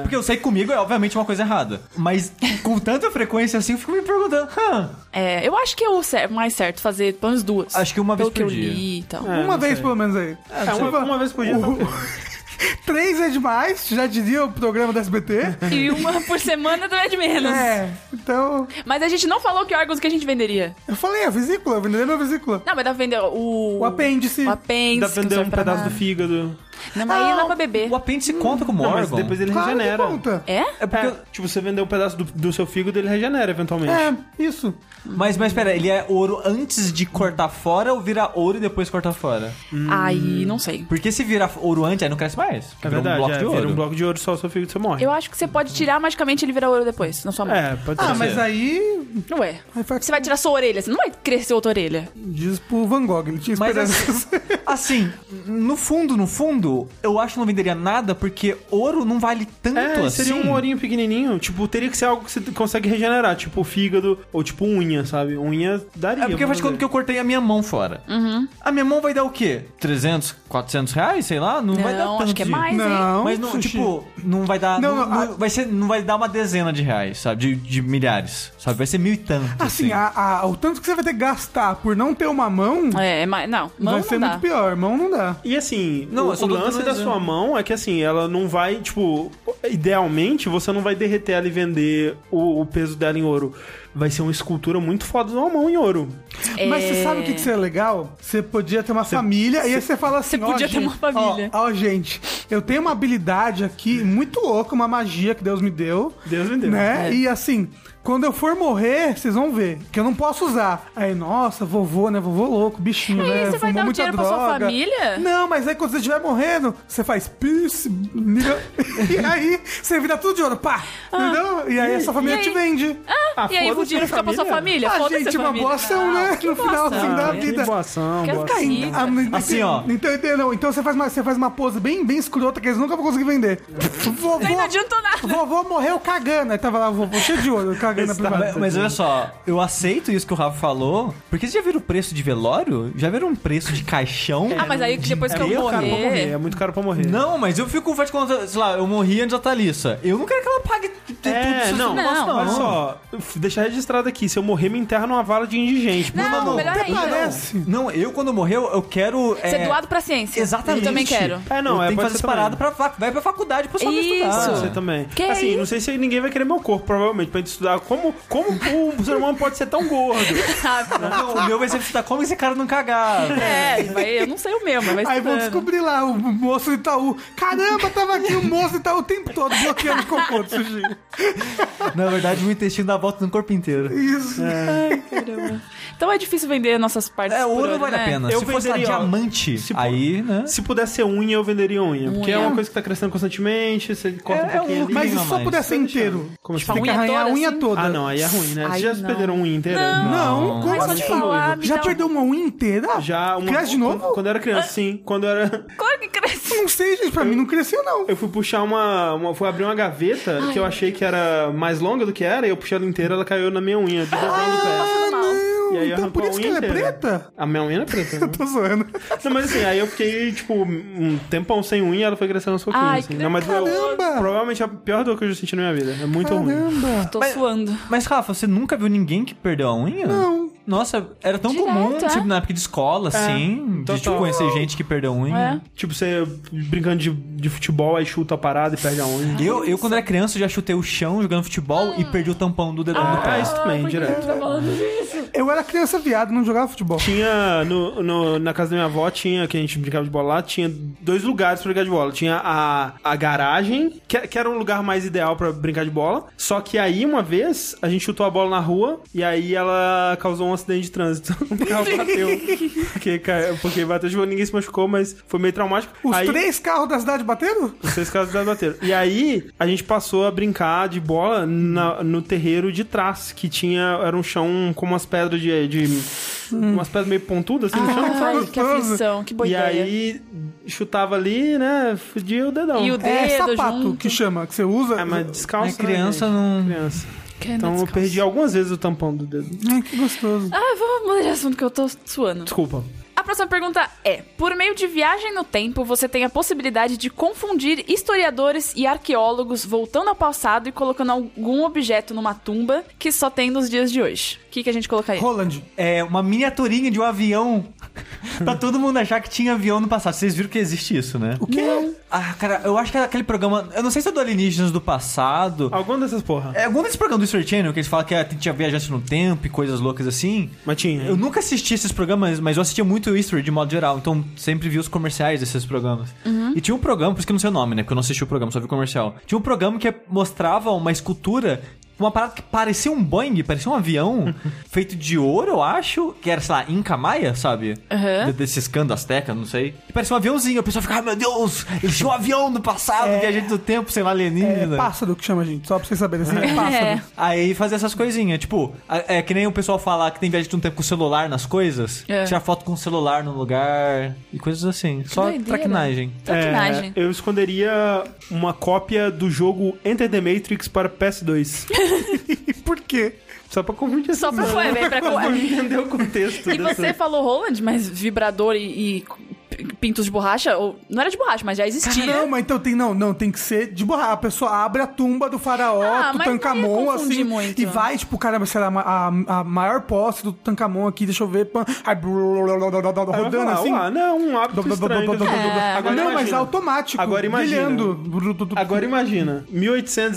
[SPEAKER 3] Porque eu sei que comigo é obviamente uma coisa errada. Mas com tanta frequência assim, eu fico me perguntando. Hã?
[SPEAKER 1] É, eu acho que é o cer- mais certo fazer pelo menos duas.
[SPEAKER 3] Acho que uma
[SPEAKER 1] pelo
[SPEAKER 3] vez por
[SPEAKER 1] que
[SPEAKER 3] dia.
[SPEAKER 1] eu li e tal.
[SPEAKER 2] É,
[SPEAKER 4] Uma
[SPEAKER 2] não
[SPEAKER 4] vez,
[SPEAKER 2] sei.
[SPEAKER 4] pelo menos, aí. Tipo,
[SPEAKER 2] É, uma, uma vez por dia. tá feito.
[SPEAKER 4] Três é demais, já diria o programa do SBT.
[SPEAKER 1] E uma por semana não é de menos.
[SPEAKER 4] é, então...
[SPEAKER 1] Mas a gente não falou que órgãos que a gente venderia.
[SPEAKER 4] Eu falei, a vesícula, eu venderia minha vesícula.
[SPEAKER 1] Não, mas dá pra vender o...
[SPEAKER 4] O apêndice.
[SPEAKER 1] O apêndice.
[SPEAKER 2] Dá
[SPEAKER 1] que
[SPEAKER 2] pra vender
[SPEAKER 1] serve
[SPEAKER 2] um
[SPEAKER 1] pra
[SPEAKER 2] pedaço
[SPEAKER 1] nada.
[SPEAKER 2] do fígado.
[SPEAKER 1] Não, mas aí dá
[SPEAKER 3] Ah,
[SPEAKER 1] pra beber.
[SPEAKER 3] O apêndice conta como
[SPEAKER 2] Hum. Não, mas
[SPEAKER 3] Um órgão.
[SPEAKER 2] depois ele
[SPEAKER 4] Claro que
[SPEAKER 2] regenera.
[SPEAKER 4] conta.
[SPEAKER 1] É?
[SPEAKER 3] É porque.
[SPEAKER 2] É, tipo, você vender um pedaço do, do seu fígado, ele regenera eventualmente.
[SPEAKER 4] É, isso.
[SPEAKER 3] Mas, mas pera, ele é ouro antes de cortar fora ou vira ouro e depois corta fora? Hum.
[SPEAKER 1] Aí, não sei.
[SPEAKER 3] Porque se vira ouro antes, aí não cresce mais.
[SPEAKER 2] É
[SPEAKER 3] Vira
[SPEAKER 2] verdade,
[SPEAKER 3] um bloco
[SPEAKER 2] é,
[SPEAKER 3] de
[SPEAKER 2] vira
[SPEAKER 3] ouro.
[SPEAKER 2] um bloco de ouro só o seu fígado, você morre.
[SPEAKER 1] Eu acho que você pode tirar, magicamente ele vira ouro depois, na sua mão.
[SPEAKER 2] É, pode
[SPEAKER 4] Ah,
[SPEAKER 2] ser.
[SPEAKER 4] mas aí...
[SPEAKER 1] Não é.
[SPEAKER 4] aí faz-
[SPEAKER 1] Você vai tirar sua orelha, você não vai crescer outra orelha.
[SPEAKER 4] Diz pro Van Gogh, ele tinha
[SPEAKER 3] Mas
[SPEAKER 4] esperanças.
[SPEAKER 3] Assim, no fundo, no fundo, eu acho que não venderia nada porque ouro não vale tanto
[SPEAKER 2] É,
[SPEAKER 3] assim.
[SPEAKER 2] seria um ourinho pequenininho. Tipo, teria que ser algo que você consegue regenerar. Tipo, fígado ou tipo unha, sabe? Unha daria.
[SPEAKER 3] É porque faz de conta que eu cortei a minha mão fora.
[SPEAKER 1] Uhum.
[SPEAKER 3] A minha mão vai dar o quê? 300, 400 reais, sei lá? Não, vai dar
[SPEAKER 1] Não,
[SPEAKER 3] tanto.
[SPEAKER 1] acho que é
[SPEAKER 3] de-
[SPEAKER 1] mais, hein?
[SPEAKER 4] Não,
[SPEAKER 3] Mas não,
[SPEAKER 4] sushi.
[SPEAKER 3] tipo, não vai dar.
[SPEAKER 4] Não,
[SPEAKER 3] Não,
[SPEAKER 4] não,
[SPEAKER 3] não- vai ser, não vai dar uma dezena de reais, sabe? De, de milhares. Sabe? Vai ser mil e tanto.
[SPEAKER 4] Assim, a- a- o tanto que você vai ter que gastar por não ter uma mão,
[SPEAKER 1] É, mas não, mão
[SPEAKER 4] vai
[SPEAKER 1] não
[SPEAKER 4] ser
[SPEAKER 1] dá.
[SPEAKER 4] muito pior. Mão não dá.
[SPEAKER 2] E assim,
[SPEAKER 3] Não,
[SPEAKER 2] o,
[SPEAKER 3] eu só
[SPEAKER 2] o
[SPEAKER 3] tô
[SPEAKER 2] lance
[SPEAKER 3] dando um
[SPEAKER 2] da
[SPEAKER 3] exemplo.
[SPEAKER 2] sua mão é que assim, ela não vai, tipo, idealmente você não vai derreter ela e vender o, o peso dela em ouro. Vai ser uma escultura muito foda de uma mão em ouro.
[SPEAKER 1] É.
[SPEAKER 4] Mas você sabe o que, que seria legal? Você podia ter uma família e aí você fala assim:
[SPEAKER 1] Você
[SPEAKER 4] ó,
[SPEAKER 1] podia ter
[SPEAKER 4] gente,
[SPEAKER 1] uma família.
[SPEAKER 4] Ó, ó, gente, eu tenho uma habilidade aqui muito louca, uma magia que Deus me deu.
[SPEAKER 2] Deus me deu.
[SPEAKER 4] Né?
[SPEAKER 1] É.
[SPEAKER 4] E assim, quando eu for morrer, vocês vão ver que eu não posso usar. Aí, nossa, vovô, né? Vovô louco, bichinho,
[SPEAKER 1] Aí
[SPEAKER 4] né?
[SPEAKER 1] você vai
[SPEAKER 4] Fumou
[SPEAKER 1] dar o
[SPEAKER 4] muita
[SPEAKER 1] dinheiro pra sua
[SPEAKER 4] droga.
[SPEAKER 1] família?
[SPEAKER 4] Não, mas aí quando você estiver morrendo, você faz pisse, liga. e aí você vira tudo de ouro, pá! entendeu? E aí a sua família
[SPEAKER 1] Ah. e
[SPEAKER 4] te
[SPEAKER 1] aí?
[SPEAKER 4] vende.
[SPEAKER 1] Ah,
[SPEAKER 2] Ah,
[SPEAKER 1] e aí o
[SPEAKER 2] foda-se
[SPEAKER 1] dinheiro
[SPEAKER 2] a
[SPEAKER 1] fica pra sua família?
[SPEAKER 4] Ah,
[SPEAKER 1] Foda-se
[SPEAKER 4] gente,
[SPEAKER 1] a
[SPEAKER 4] uma
[SPEAKER 1] família.
[SPEAKER 4] boa ação, né?
[SPEAKER 1] que
[SPEAKER 4] No final,
[SPEAKER 1] boa
[SPEAKER 4] assim, da
[SPEAKER 1] ação.
[SPEAKER 2] que
[SPEAKER 4] vida.
[SPEAKER 2] boa ação,
[SPEAKER 1] Quero
[SPEAKER 2] boa
[SPEAKER 1] ficar
[SPEAKER 2] ação.
[SPEAKER 1] rico.
[SPEAKER 4] Ah, não-
[SPEAKER 3] Assim,
[SPEAKER 4] não-
[SPEAKER 3] ó.
[SPEAKER 4] Então, entendeu? Não, Então você faz, uma, você faz uma pose bem, bem escrota que eles nunca vão conseguir vender. Vovô,
[SPEAKER 1] Aí não adiantou nada.
[SPEAKER 4] vovô morreu cagando. Aí tava lá, vovô cheio de olho, cagando na
[SPEAKER 2] Está-
[SPEAKER 4] privada.
[SPEAKER 3] Mas, mas olha só, eu aceito isso que o Rafa falou, porque vocês já viram o preço de velório? Já viram um preço de caixão?
[SPEAKER 1] Ah, mas aí depois
[SPEAKER 2] É
[SPEAKER 1] que eu
[SPEAKER 2] muito caro pra morrer,
[SPEAKER 1] morrer...
[SPEAKER 2] é muito caro pra morrer.
[SPEAKER 3] Não, mas eu fico, faz de conta, sei lá, eu morri antes da Thalissa. Eu não quero que ela pague t- tudo
[SPEAKER 2] É,
[SPEAKER 3] isso.
[SPEAKER 2] não,
[SPEAKER 1] negócio, não.
[SPEAKER 2] olha só, f- deixar registrado aqui, se eu morrer, me enterra numa vala de indigente.
[SPEAKER 1] Não, melhor
[SPEAKER 4] Até
[SPEAKER 1] ainda.
[SPEAKER 4] parece.
[SPEAKER 3] É assim. Não, eu quando morrer, eu quero.
[SPEAKER 1] Ser
[SPEAKER 3] é,
[SPEAKER 1] doado pra ciência.
[SPEAKER 3] Exatamente.
[SPEAKER 1] Eu também quero.
[SPEAKER 2] É, não,
[SPEAKER 3] Eu
[SPEAKER 2] é,
[SPEAKER 3] tenho
[SPEAKER 2] pode
[SPEAKER 3] que fazer
[SPEAKER 2] ser
[SPEAKER 3] essa preparado pra fac... vai pra faculdade pra saber
[SPEAKER 1] Isso.
[SPEAKER 3] estudar.
[SPEAKER 2] Você também.
[SPEAKER 1] Ah. Que
[SPEAKER 2] assim,
[SPEAKER 1] isso?
[SPEAKER 2] não sei se ninguém vai querer meu corpo, provavelmente, pra gente estudar como, como o ser humano pode ser tão gordo.
[SPEAKER 3] Ah, Não, o meu vai ser estudar como esse cara não cagar.
[SPEAKER 1] É, vai, eu não sei o meu, mas. vai
[SPEAKER 4] Aí vão
[SPEAKER 1] estudando.
[SPEAKER 4] descobrir lá o moço do Itaú. Caramba, tava aqui o moço do Itaú o tempo todo bloqueando o cocô do sujeito.
[SPEAKER 3] Na verdade, o intestino dá volta no corpo inteiro.
[SPEAKER 4] Isso.
[SPEAKER 1] Ai, caramba. Então é difícil vender nossas partes.
[SPEAKER 3] É,
[SPEAKER 1] por
[SPEAKER 3] ouro
[SPEAKER 1] olho,
[SPEAKER 3] vale
[SPEAKER 1] né?
[SPEAKER 3] a pena.
[SPEAKER 2] Eu
[SPEAKER 3] se fosse a
[SPEAKER 2] venderia, ó,
[SPEAKER 3] diamante,
[SPEAKER 2] se-
[SPEAKER 3] aí, né?
[SPEAKER 2] Se pudesse ser unha, eu venderia unha. Porque é
[SPEAKER 1] Unha.
[SPEAKER 2] uma coisa que tá crescendo constantemente, você corta
[SPEAKER 3] É,
[SPEAKER 2] um
[SPEAKER 3] é
[SPEAKER 2] pouquinho
[SPEAKER 3] um-
[SPEAKER 2] ali.
[SPEAKER 4] Mas
[SPEAKER 3] Ninguém
[SPEAKER 4] se só
[SPEAKER 3] mais.
[SPEAKER 4] pudesse ser inteiro.
[SPEAKER 2] Como
[SPEAKER 1] Tipo,
[SPEAKER 2] assim?
[SPEAKER 4] Tem que
[SPEAKER 1] unha
[SPEAKER 4] arranhar a
[SPEAKER 1] toda,
[SPEAKER 4] unha
[SPEAKER 1] assim?
[SPEAKER 4] toda.
[SPEAKER 2] Ah, não, aí é ruim, né?
[SPEAKER 1] Ai,
[SPEAKER 2] Vocês já
[SPEAKER 1] não.
[SPEAKER 2] perderam unha inteira?
[SPEAKER 1] Não.
[SPEAKER 4] Não, como
[SPEAKER 1] Mas vou
[SPEAKER 4] assim?
[SPEAKER 1] te falar, me
[SPEAKER 4] Já
[SPEAKER 1] dá um-
[SPEAKER 4] perdeu uma unha inteira?
[SPEAKER 2] Já uma.
[SPEAKER 4] Cresce de novo?
[SPEAKER 2] Quando, quando eu era criança, sim. Quando eu era.
[SPEAKER 1] Claro que cresce.
[SPEAKER 4] Não sei, gente. Pra mim não cresceu, não.
[SPEAKER 2] Eu fui puxar uma. uma- fui abrir uma gaveta que eu achei que era mais longa do que era, e eu puxei ela inteira, ela caiu na minha unha, de dedão do
[SPEAKER 1] Tá
[SPEAKER 2] pé.
[SPEAKER 4] Ah, não.
[SPEAKER 2] E aí arrancou
[SPEAKER 4] Então
[SPEAKER 2] um né?
[SPEAKER 4] por
[SPEAKER 2] a
[SPEAKER 4] isso que
[SPEAKER 2] unha
[SPEAKER 4] ela é
[SPEAKER 2] inteira.
[SPEAKER 4] preta?
[SPEAKER 2] A minha unha era preta. né?
[SPEAKER 4] Tô zoando.
[SPEAKER 2] Não, mas assim, aí eu fiquei, tipo, um tempão sem unha e ela foi crescendo aos pouquinhos.
[SPEAKER 1] Ai,
[SPEAKER 2] assim.
[SPEAKER 1] que
[SPEAKER 2] Não, mas eu-
[SPEAKER 4] Caramba!
[SPEAKER 2] provavelmente a pior dor que eu já senti na minha vida. É muito ruim.
[SPEAKER 4] Caramba.
[SPEAKER 1] Tô
[SPEAKER 3] Mas-
[SPEAKER 1] suando.
[SPEAKER 3] Mas, Rafa, você nunca viu ninguém que perdeu a unha?
[SPEAKER 4] Não.
[SPEAKER 3] Nossa, era tão
[SPEAKER 1] Direto,
[SPEAKER 3] comum,
[SPEAKER 1] é?
[SPEAKER 3] tipo, na época de escola, assim, de tipo,
[SPEAKER 2] total.
[SPEAKER 3] conhecer gente que perdeu a
[SPEAKER 1] É.
[SPEAKER 3] unha.
[SPEAKER 2] Tipo, você brincando de, de futebol, aí chuta a parada e perde a unha.
[SPEAKER 3] Eu, eu, quando era criança, já chutei o chão jogando
[SPEAKER 1] Ah.
[SPEAKER 3] futebol e perdi o tampão do dedão do
[SPEAKER 2] Ah,
[SPEAKER 3] pé.
[SPEAKER 2] isso também,
[SPEAKER 1] por que
[SPEAKER 2] direto.
[SPEAKER 1] você tá falando disso?
[SPEAKER 4] Eu era criança viado, não jogava futebol.
[SPEAKER 2] Tinha, no, no- na casa da minha avó, tinha, que a gente brincava de bola lá, tinha dois lugares pra brincar de bola. Tinha a, a garagem, que, que era um lugar mais ideal pra brincar de bola. Só que aí, uma vez, a gente chutou a bola na rua e aí ela causou um acidente de trânsito. O carro bateu. porque, caiu- porque bateu de boa, ninguém se machucou, mas foi meio traumático.
[SPEAKER 4] Os
[SPEAKER 2] aí,
[SPEAKER 4] três carros da cidade bateram?
[SPEAKER 2] Os três caras da bateram. E aí, a gente passou a brincar de bola na- no terreiro de trás, que tinha. Era um chão com umas pedras de. de-
[SPEAKER 4] Hum.
[SPEAKER 2] umas pedras meio pontudas, assim, no chão. sabe?
[SPEAKER 1] Ai, que aflição, que boa
[SPEAKER 2] E
[SPEAKER 1] ideia.
[SPEAKER 2] aí, chutava ali, né? Fudia o dedão.
[SPEAKER 1] E o
[SPEAKER 4] É
[SPEAKER 1] dedo
[SPEAKER 4] sapato
[SPEAKER 1] junto.
[SPEAKER 4] que chama, que você usa.
[SPEAKER 2] Ah, mas
[SPEAKER 3] Mas
[SPEAKER 2] descalço. né,
[SPEAKER 3] É criança
[SPEAKER 2] gente?
[SPEAKER 3] não.
[SPEAKER 2] Criança.
[SPEAKER 1] Quem anda
[SPEAKER 2] Então eu
[SPEAKER 1] É descalço?
[SPEAKER 2] perdi algumas vezes o tampão do dedo.
[SPEAKER 4] Ai, que gostoso.
[SPEAKER 1] Ah, vamos mudar de assunto que eu tô suando.
[SPEAKER 2] Desculpa.
[SPEAKER 1] A próxima pergunta é: Por meio de viagem no tempo, você tem a possibilidade de confundir historiadores e arqueólogos voltando ao passado e colocando algum objeto numa tumba que só tem nos dias de hoje. O que, que a gente colocaria?
[SPEAKER 4] Roland.
[SPEAKER 3] É uma miniaturinha de um avião. pra todo mundo achar que tinha avião no passado. Vocês viram que existe isso, né?
[SPEAKER 4] O quê?
[SPEAKER 3] Ah, cara, eu acho que era aquele programa. Eu não sei se é do Alienígenas do passado.
[SPEAKER 2] Alguma dessas porra.
[SPEAKER 3] É algum desses programas do History Channel que eles falam que ah, tinha viajante no tempo e coisas loucas assim.
[SPEAKER 2] Mas tinha.
[SPEAKER 3] Eu nunca assisti esses programas, mas eu assistia muito o History de modo geral, então sempre vi os comerciais desses programas. E tinha um programa, por isso que eu não sei o nome, né? Porque eu não assisti o programa, só vi o comercial. Tinha um programa que mostrava uma escultura, uma parada que parecia um Boeing, parecia um avião, feito de ouro, eu acho, que era, sei lá, Inca Maia, sabe?
[SPEAKER 1] Aham.
[SPEAKER 3] De- Desse escândalo azteca, não sei. E parecia um aviãozinho, a pessoa ficava, "Ah, meu Deus, eles tinham um avião do passado, viajante do tempo, sei lá,
[SPEAKER 4] É
[SPEAKER 3] alienígena.
[SPEAKER 4] pássaro que chama, gente. Só pra vocês saberem. Assim, é pássaro.
[SPEAKER 1] É.
[SPEAKER 3] Aí fazer essas coisinhas, tipo, é, é que nem o pessoal falar que tem viagem de um tempo com o celular nas coisas,
[SPEAKER 1] É.
[SPEAKER 3] tirar foto com o celular no lugar e coisas assim. Só
[SPEAKER 1] doideira.
[SPEAKER 3] traquinagem.
[SPEAKER 1] Traquinagem.
[SPEAKER 2] É, eu esconderia uma cópia do jogo Enter the Matrix para PS2.
[SPEAKER 4] E por quê?
[SPEAKER 2] Só pra confundir
[SPEAKER 1] Só
[SPEAKER 2] essas
[SPEAKER 1] pra,
[SPEAKER 2] merdas.
[SPEAKER 1] foi, bem pra
[SPEAKER 2] Não entendeu o contexto.
[SPEAKER 1] E
[SPEAKER 2] dessa-
[SPEAKER 1] você falou Roland, mas vibrador e, e p- pintos de borracha, ou não era de borracha, mas já existia.
[SPEAKER 4] Não, mas então tem. Não, não, tem que ser de borrar. A pessoa abre a tumba do faraó,
[SPEAKER 1] Ah, mas não ia
[SPEAKER 4] Tutankhamon,
[SPEAKER 1] confundir
[SPEAKER 4] assim.
[SPEAKER 1] muito.
[SPEAKER 4] E vai, tipo, caramba, será a, a maior posse do Tutankhamon aqui, deixa eu ver. Pam, aí, blul,
[SPEAKER 2] Aí vai
[SPEAKER 4] rodando
[SPEAKER 2] falar,
[SPEAKER 4] assim.
[SPEAKER 2] "Uá, não, um hábito estranho. que eu tô
[SPEAKER 4] É.
[SPEAKER 2] fazendo." Agora
[SPEAKER 4] não, mas
[SPEAKER 2] imagina.
[SPEAKER 4] automático.
[SPEAKER 2] Agora imagina.
[SPEAKER 4] Brilhando.
[SPEAKER 2] Agora imagina,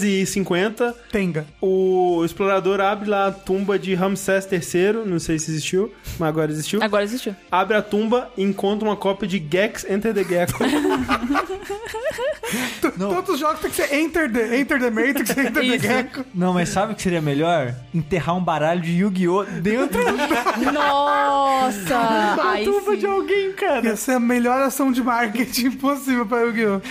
[SPEAKER 2] 1850,
[SPEAKER 4] Tenga.
[SPEAKER 2] o explorador abre lá a tumba de Ramsés III, não sei se existiu, mas agora existiu.
[SPEAKER 1] Agora existiu.
[SPEAKER 2] Abre a tumba e encontra uma cópia de Gex Enter the Gecko.
[SPEAKER 4] Todos os jogos tem que ser Enter the, Enter the Matrix, Enter the
[SPEAKER 1] Isso.
[SPEAKER 4] Gecko.
[SPEAKER 3] Não, mas sabe o que seria melhor? Enterrar um baralho de Yu-Gi-Oh! dentro
[SPEAKER 1] Nossa!
[SPEAKER 3] da
[SPEAKER 1] aí
[SPEAKER 3] tuba
[SPEAKER 1] sim.
[SPEAKER 3] de alguém, cara.
[SPEAKER 4] Essa é a melhor ação de marketing possível pra Yu-Gi-Oh!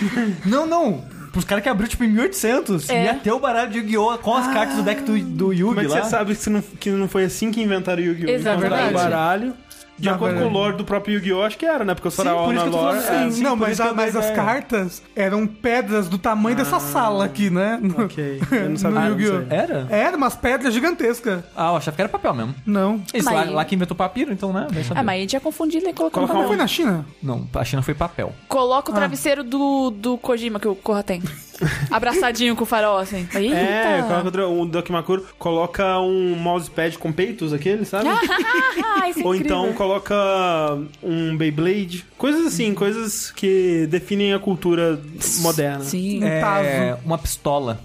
[SPEAKER 3] Não, não. Pros caras que abriu tipo em 1800,
[SPEAKER 1] É.
[SPEAKER 3] ia ter o baralho de Yu-Gi-Oh! com as cartas do deck do, do Yu-Gi
[SPEAKER 2] Como é que
[SPEAKER 3] lá.
[SPEAKER 2] você sabe que não, que não foi assim que inventaram o Yu-Gi-Oh?
[SPEAKER 1] Exato,
[SPEAKER 2] Encontraram
[SPEAKER 1] verdade.
[SPEAKER 2] o baralho. De
[SPEAKER 4] Na
[SPEAKER 2] acordo
[SPEAKER 4] verdade.
[SPEAKER 2] com o lore do próprio Yu-Gi-Oh! acho que era, né? Porque os faraós na
[SPEAKER 3] por isso que eu tô
[SPEAKER 2] lore...
[SPEAKER 3] falando
[SPEAKER 2] é,
[SPEAKER 3] assim.
[SPEAKER 2] sim,
[SPEAKER 4] não,
[SPEAKER 2] por
[SPEAKER 4] mas,
[SPEAKER 2] isso que eu dei
[SPEAKER 4] mas as
[SPEAKER 2] ideia. Ah,
[SPEAKER 4] cartas eram pedras do tamanho dessa sala aqui, né? No-
[SPEAKER 2] Ok, eu não sabia,
[SPEAKER 4] no
[SPEAKER 2] não
[SPEAKER 4] Yu-Gi-Oh!
[SPEAKER 2] sei.
[SPEAKER 3] Era?
[SPEAKER 4] Era umas pedras gigantescas.
[SPEAKER 3] Ah, eu achava que era papel mesmo.
[SPEAKER 4] Não.
[SPEAKER 3] Esse lá,
[SPEAKER 1] Mas-
[SPEAKER 3] lá que inventou papiro, então, né? Vai saber.
[SPEAKER 1] Ah, mas a gente ia confundir e colocar
[SPEAKER 2] Colocar
[SPEAKER 1] um
[SPEAKER 4] Foi na China?
[SPEAKER 3] Não, a China foi papel.
[SPEAKER 1] Coloca o travesseiro do, do Kojima que o Corra tem. Abraçadinho com o farol, assim. Eita.
[SPEAKER 2] É, coloca um Dokimakuro, coloca um mousepad com peitos aquele, sabe?
[SPEAKER 1] Ah, isso é
[SPEAKER 2] Ou
[SPEAKER 1] incrível.
[SPEAKER 2] então coloca um Beyblade. Coisas assim, coisas que definem a cultura moderna.
[SPEAKER 1] Sim.
[SPEAKER 3] É, uma pistola.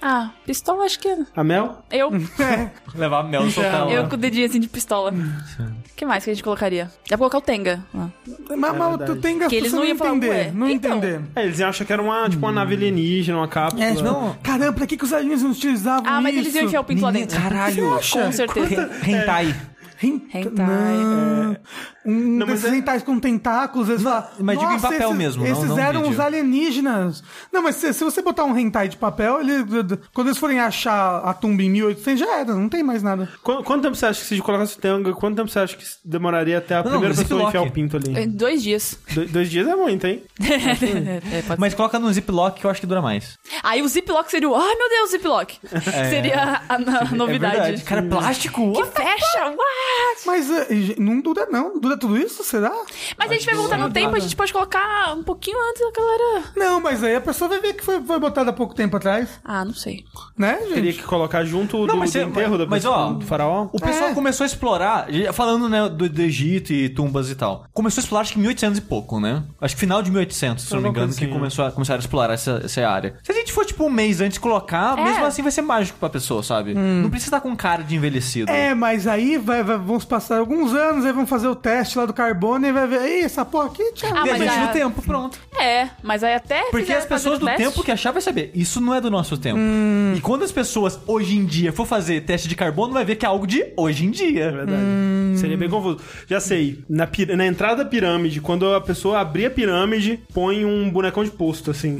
[SPEAKER 1] Ah, pistola acho que...
[SPEAKER 2] A Mel?
[SPEAKER 1] Eu,
[SPEAKER 4] É.
[SPEAKER 3] Levar a mel e soltar
[SPEAKER 1] eu
[SPEAKER 3] lá. Hum,
[SPEAKER 1] com o dedinho assim de pistola. O que mais que a gente colocaria? Dá pra colocar o Tenga. lá.
[SPEAKER 4] Mas, mas
[SPEAKER 2] É verdade.
[SPEAKER 4] tu tem que
[SPEAKER 1] Que eles não
[SPEAKER 4] não
[SPEAKER 1] iam falar, ué,
[SPEAKER 4] entender. Não
[SPEAKER 1] então.
[SPEAKER 4] entender.
[SPEAKER 2] É, eles acham que era uma, tipo, uma nave alienígena, uma cápsula.
[SPEAKER 4] É, tipo, não. Caramba, pra que, que os aliens não utilizavam isso?
[SPEAKER 1] Ah, mas eles iam enfiar o pinto lá
[SPEAKER 3] Menina,
[SPEAKER 1] dentro.
[SPEAKER 3] Caralho.
[SPEAKER 1] Com certeza.
[SPEAKER 3] Hen- Hentai.
[SPEAKER 4] Hen-
[SPEAKER 1] Hentai.
[SPEAKER 4] Não. Um
[SPEAKER 2] Não, mas
[SPEAKER 4] desses
[SPEAKER 2] é-
[SPEAKER 4] rentais com tentáculos, eles falam.
[SPEAKER 3] mas digo em
[SPEAKER 4] "Nossa,
[SPEAKER 3] papel
[SPEAKER 4] esses-
[SPEAKER 3] mesmo, não-
[SPEAKER 4] Esses
[SPEAKER 3] não um
[SPEAKER 4] eram
[SPEAKER 3] vídeo."
[SPEAKER 4] os alienígenas. Não, mas se, se você botar um rentai de papel, ele, quando eles forem achar a tumba em 1800, já era, não tem mais nada.
[SPEAKER 2] Qu- Quanto tempo você acha que se colocasse o Tenga, quanto tempo você acha que demoraria até a
[SPEAKER 3] Não,
[SPEAKER 2] primeira
[SPEAKER 3] mas É.
[SPEAKER 2] pessoa
[SPEAKER 3] ziplock.
[SPEAKER 2] enfiar o pinto ali?
[SPEAKER 1] Em É, Dois dias.
[SPEAKER 2] Do- dois dias é muito, hein?
[SPEAKER 3] Hum.
[SPEAKER 1] É, pode
[SPEAKER 3] Mas coloca num ziplock que eu acho que dura mais.
[SPEAKER 1] Aí o Ziploc seria o. Ai, meu Deus, Ziploc! Seria a, a- a É novidade.
[SPEAKER 3] É. verdade. Cara, é plástico?
[SPEAKER 1] que fecha! What?
[SPEAKER 4] Mas eh, e- não dura, não. Dura tudo isso? Será?
[SPEAKER 1] Mas a gente vai voltar no tempo, a gente pode colocar um pouquinho antes da galera.
[SPEAKER 4] Não, mas aí a pessoa vai ver que foi, foi botada há pouco tempo atrás,
[SPEAKER 1] Ah, não sei.
[SPEAKER 4] né,
[SPEAKER 2] Teria
[SPEAKER 4] gente?
[SPEAKER 2] que colocar junto do,
[SPEAKER 3] Não, mas
[SPEAKER 2] do
[SPEAKER 3] você-
[SPEAKER 2] enterro da
[SPEAKER 3] mas,
[SPEAKER 2] pessoa-
[SPEAKER 3] ó,
[SPEAKER 2] do faraó.
[SPEAKER 3] O pessoal
[SPEAKER 4] É.
[SPEAKER 3] começou a explorar, já falando né, do, do Egito e tumbas e tal. Começou a explorar acho que em 1800 e pouco, né? Acho que final de 1800, se eu não me
[SPEAKER 2] Alguma
[SPEAKER 3] engano,
[SPEAKER 2] coisa
[SPEAKER 3] que
[SPEAKER 2] assim,
[SPEAKER 3] começou a, começaram a explorar essa, essa área. Se a gente for tipo um mês antes colocar,
[SPEAKER 1] É.
[SPEAKER 3] mesmo assim vai ser mágico pra pessoa, sabe? Não precisa estar com cara de envelhecido.
[SPEAKER 4] É, mas aí vai, vai- vão se passar alguns anos, aí vão fazer o teste lá do carbono e vai ver. Ih, essa porra aqui, tchau.
[SPEAKER 1] Ah,
[SPEAKER 3] De
[SPEAKER 1] mas
[SPEAKER 3] repente
[SPEAKER 1] a-
[SPEAKER 3] no tempo, pronto.
[SPEAKER 1] É, mas aí até.
[SPEAKER 3] Porque
[SPEAKER 1] fizeram
[SPEAKER 3] as pessoas
[SPEAKER 1] fazer
[SPEAKER 3] do
[SPEAKER 1] o teste.
[SPEAKER 3] tempo que achar vai saber. Isso não é do nosso tempo.
[SPEAKER 1] Hum.
[SPEAKER 3] E quando as pessoas hoje em dia for fazer teste de carbono, vai ver que é algo de hoje em
[SPEAKER 2] É
[SPEAKER 3] dia.
[SPEAKER 2] verdade.
[SPEAKER 1] Hum.
[SPEAKER 2] Seria bem confuso. Já sei, na, pir- na entrada da pirâmide, quando a pessoa abrir a pirâmide, põe um bonecão de posto, assim.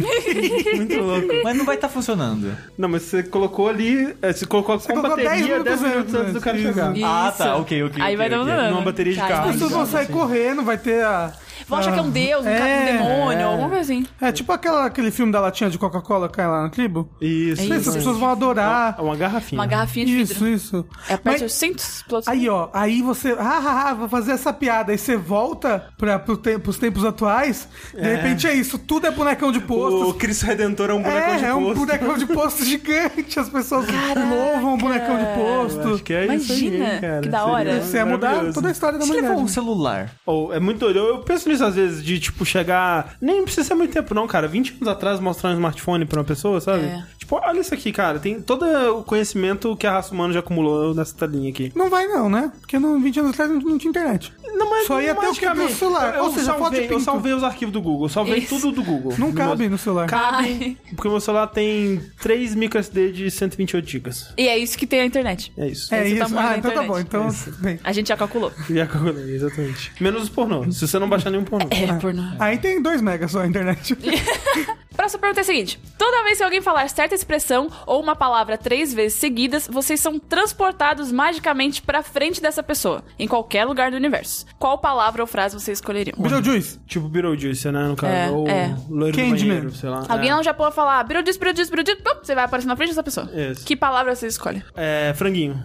[SPEAKER 2] Muito louco.
[SPEAKER 3] Mas não vai estar funcionando.
[SPEAKER 2] Não, mas você colocou ali, eh, você colocou com
[SPEAKER 4] colocou
[SPEAKER 2] bateria
[SPEAKER 4] 10
[SPEAKER 2] 10 minutos antes do cara
[SPEAKER 4] Isso.
[SPEAKER 2] chegar.
[SPEAKER 1] Isso.
[SPEAKER 3] Ah, tá, ok, ok,
[SPEAKER 1] Aí
[SPEAKER 3] ok,
[SPEAKER 1] vai dar um
[SPEAKER 3] ok.
[SPEAKER 1] dano.
[SPEAKER 2] Numa bateria de
[SPEAKER 1] Cara,
[SPEAKER 2] carro.
[SPEAKER 4] As pessoas
[SPEAKER 3] então.
[SPEAKER 4] vão
[SPEAKER 2] ligado,
[SPEAKER 4] sair
[SPEAKER 2] assim.
[SPEAKER 4] correndo, vai ter a.
[SPEAKER 1] Vão achar que é um deus, um,
[SPEAKER 4] É,
[SPEAKER 1] cara, um demônio,
[SPEAKER 4] é.
[SPEAKER 1] alguma coisa assim.
[SPEAKER 4] É tipo aquela, aquele filme da latinha de Coca-Cola que cai lá na tribo.
[SPEAKER 2] É Isso.
[SPEAKER 1] Isso.
[SPEAKER 4] As pessoas vão adorar.
[SPEAKER 2] É uma garrafinha.
[SPEAKER 1] Uma garrafinha de
[SPEAKER 4] Isso,
[SPEAKER 1] vidro.
[SPEAKER 4] isso.
[SPEAKER 1] É
[SPEAKER 4] Mas-
[SPEAKER 1] perto de 100 pilotos.
[SPEAKER 4] Aí, ó, aí você, ah, ah, ah, vou fazer essa piada. Aí você volta pra, pro te, pros tempos atuais, de repente é isso, tudo é bonecão de
[SPEAKER 2] O
[SPEAKER 4] posto.
[SPEAKER 2] Cristo Redentor é um bonecão de
[SPEAKER 4] É, é um
[SPEAKER 2] posto.
[SPEAKER 4] bonecão de posto gigante. As pessoas louvam o bonecão de
[SPEAKER 2] Eu acho
[SPEAKER 4] posto.
[SPEAKER 2] que é isso
[SPEAKER 1] Imagina,
[SPEAKER 2] aí, cara.
[SPEAKER 1] que da
[SPEAKER 2] Seria
[SPEAKER 1] hora.
[SPEAKER 4] Você ia mudar
[SPEAKER 2] maravilhoso.
[SPEAKER 4] toda a
[SPEAKER 1] Tá
[SPEAKER 4] história da
[SPEAKER 3] Se levar um
[SPEAKER 4] humanidade.
[SPEAKER 3] celular.
[SPEAKER 2] Ou é muito doido. Eu eu penso nisso às vezes, de tipo, chegar. Nem precisa ser muito tempo, não, cara. 20 anos atrás mostrar um smartphone pra uma pessoa, sabe?
[SPEAKER 1] É.
[SPEAKER 2] Tipo, olha isso aqui, cara. Tem todo o conhecimento que a raça humana já acumulou nessa telinha aqui.
[SPEAKER 4] Não vai não, né? Porque não, 20 anos atrás não, não tinha internet.
[SPEAKER 2] Não, mas
[SPEAKER 4] Só ia ter o que
[SPEAKER 2] magicamente-
[SPEAKER 4] no celular.
[SPEAKER 2] Eu,
[SPEAKER 4] Ou seja, foto de
[SPEAKER 2] salvei, eu
[SPEAKER 4] pinto.
[SPEAKER 2] salvei os arquivos do Google. Eu salvei
[SPEAKER 1] Isso.
[SPEAKER 2] tudo do Google.
[SPEAKER 4] Não
[SPEAKER 2] No
[SPEAKER 4] cabe
[SPEAKER 2] meu-
[SPEAKER 4] no celular.
[SPEAKER 1] Ai.
[SPEAKER 2] Porque meu celular tem 3 micro SD de 128 GB.
[SPEAKER 1] E é isso que tem a internet.
[SPEAKER 2] É isso.
[SPEAKER 4] É
[SPEAKER 1] Esse
[SPEAKER 4] isso.
[SPEAKER 1] tamanho
[SPEAKER 4] Ah,
[SPEAKER 1] da
[SPEAKER 4] então tá
[SPEAKER 1] internet.
[SPEAKER 4] bom. Então, bem.
[SPEAKER 1] A gente já calculou.
[SPEAKER 2] Já calculei, exatamente. Menos os pornô. Se você não baixar nenhum pornô.
[SPEAKER 1] É, por não.
[SPEAKER 4] Aí tem 2 megas só a internet.
[SPEAKER 1] Próxima pergunta é a seguinte: toda vez que alguém falar certa expressão ou uma palavra três vezes seguidas, vocês são transportados magicamente pra frente dessa pessoa, em qualquer lugar do universo. Qual palavra ou frase vocês escolheriam?
[SPEAKER 4] Beetlejuice.
[SPEAKER 2] Tipo Beetlejuice, né? No caso.
[SPEAKER 1] É,
[SPEAKER 2] Ou
[SPEAKER 1] é.
[SPEAKER 2] loiro do
[SPEAKER 4] Candyman.
[SPEAKER 2] banheiro, sei lá.
[SPEAKER 1] Alguém
[SPEAKER 2] é.
[SPEAKER 1] lá no Japão vai falar Beetlejuice, Beetlejuice, Beetlejuice, pum, você vai aparecer na frente dessa pessoa.
[SPEAKER 2] Isso.
[SPEAKER 1] Que palavra vocês escolhem?
[SPEAKER 2] É, franguinho.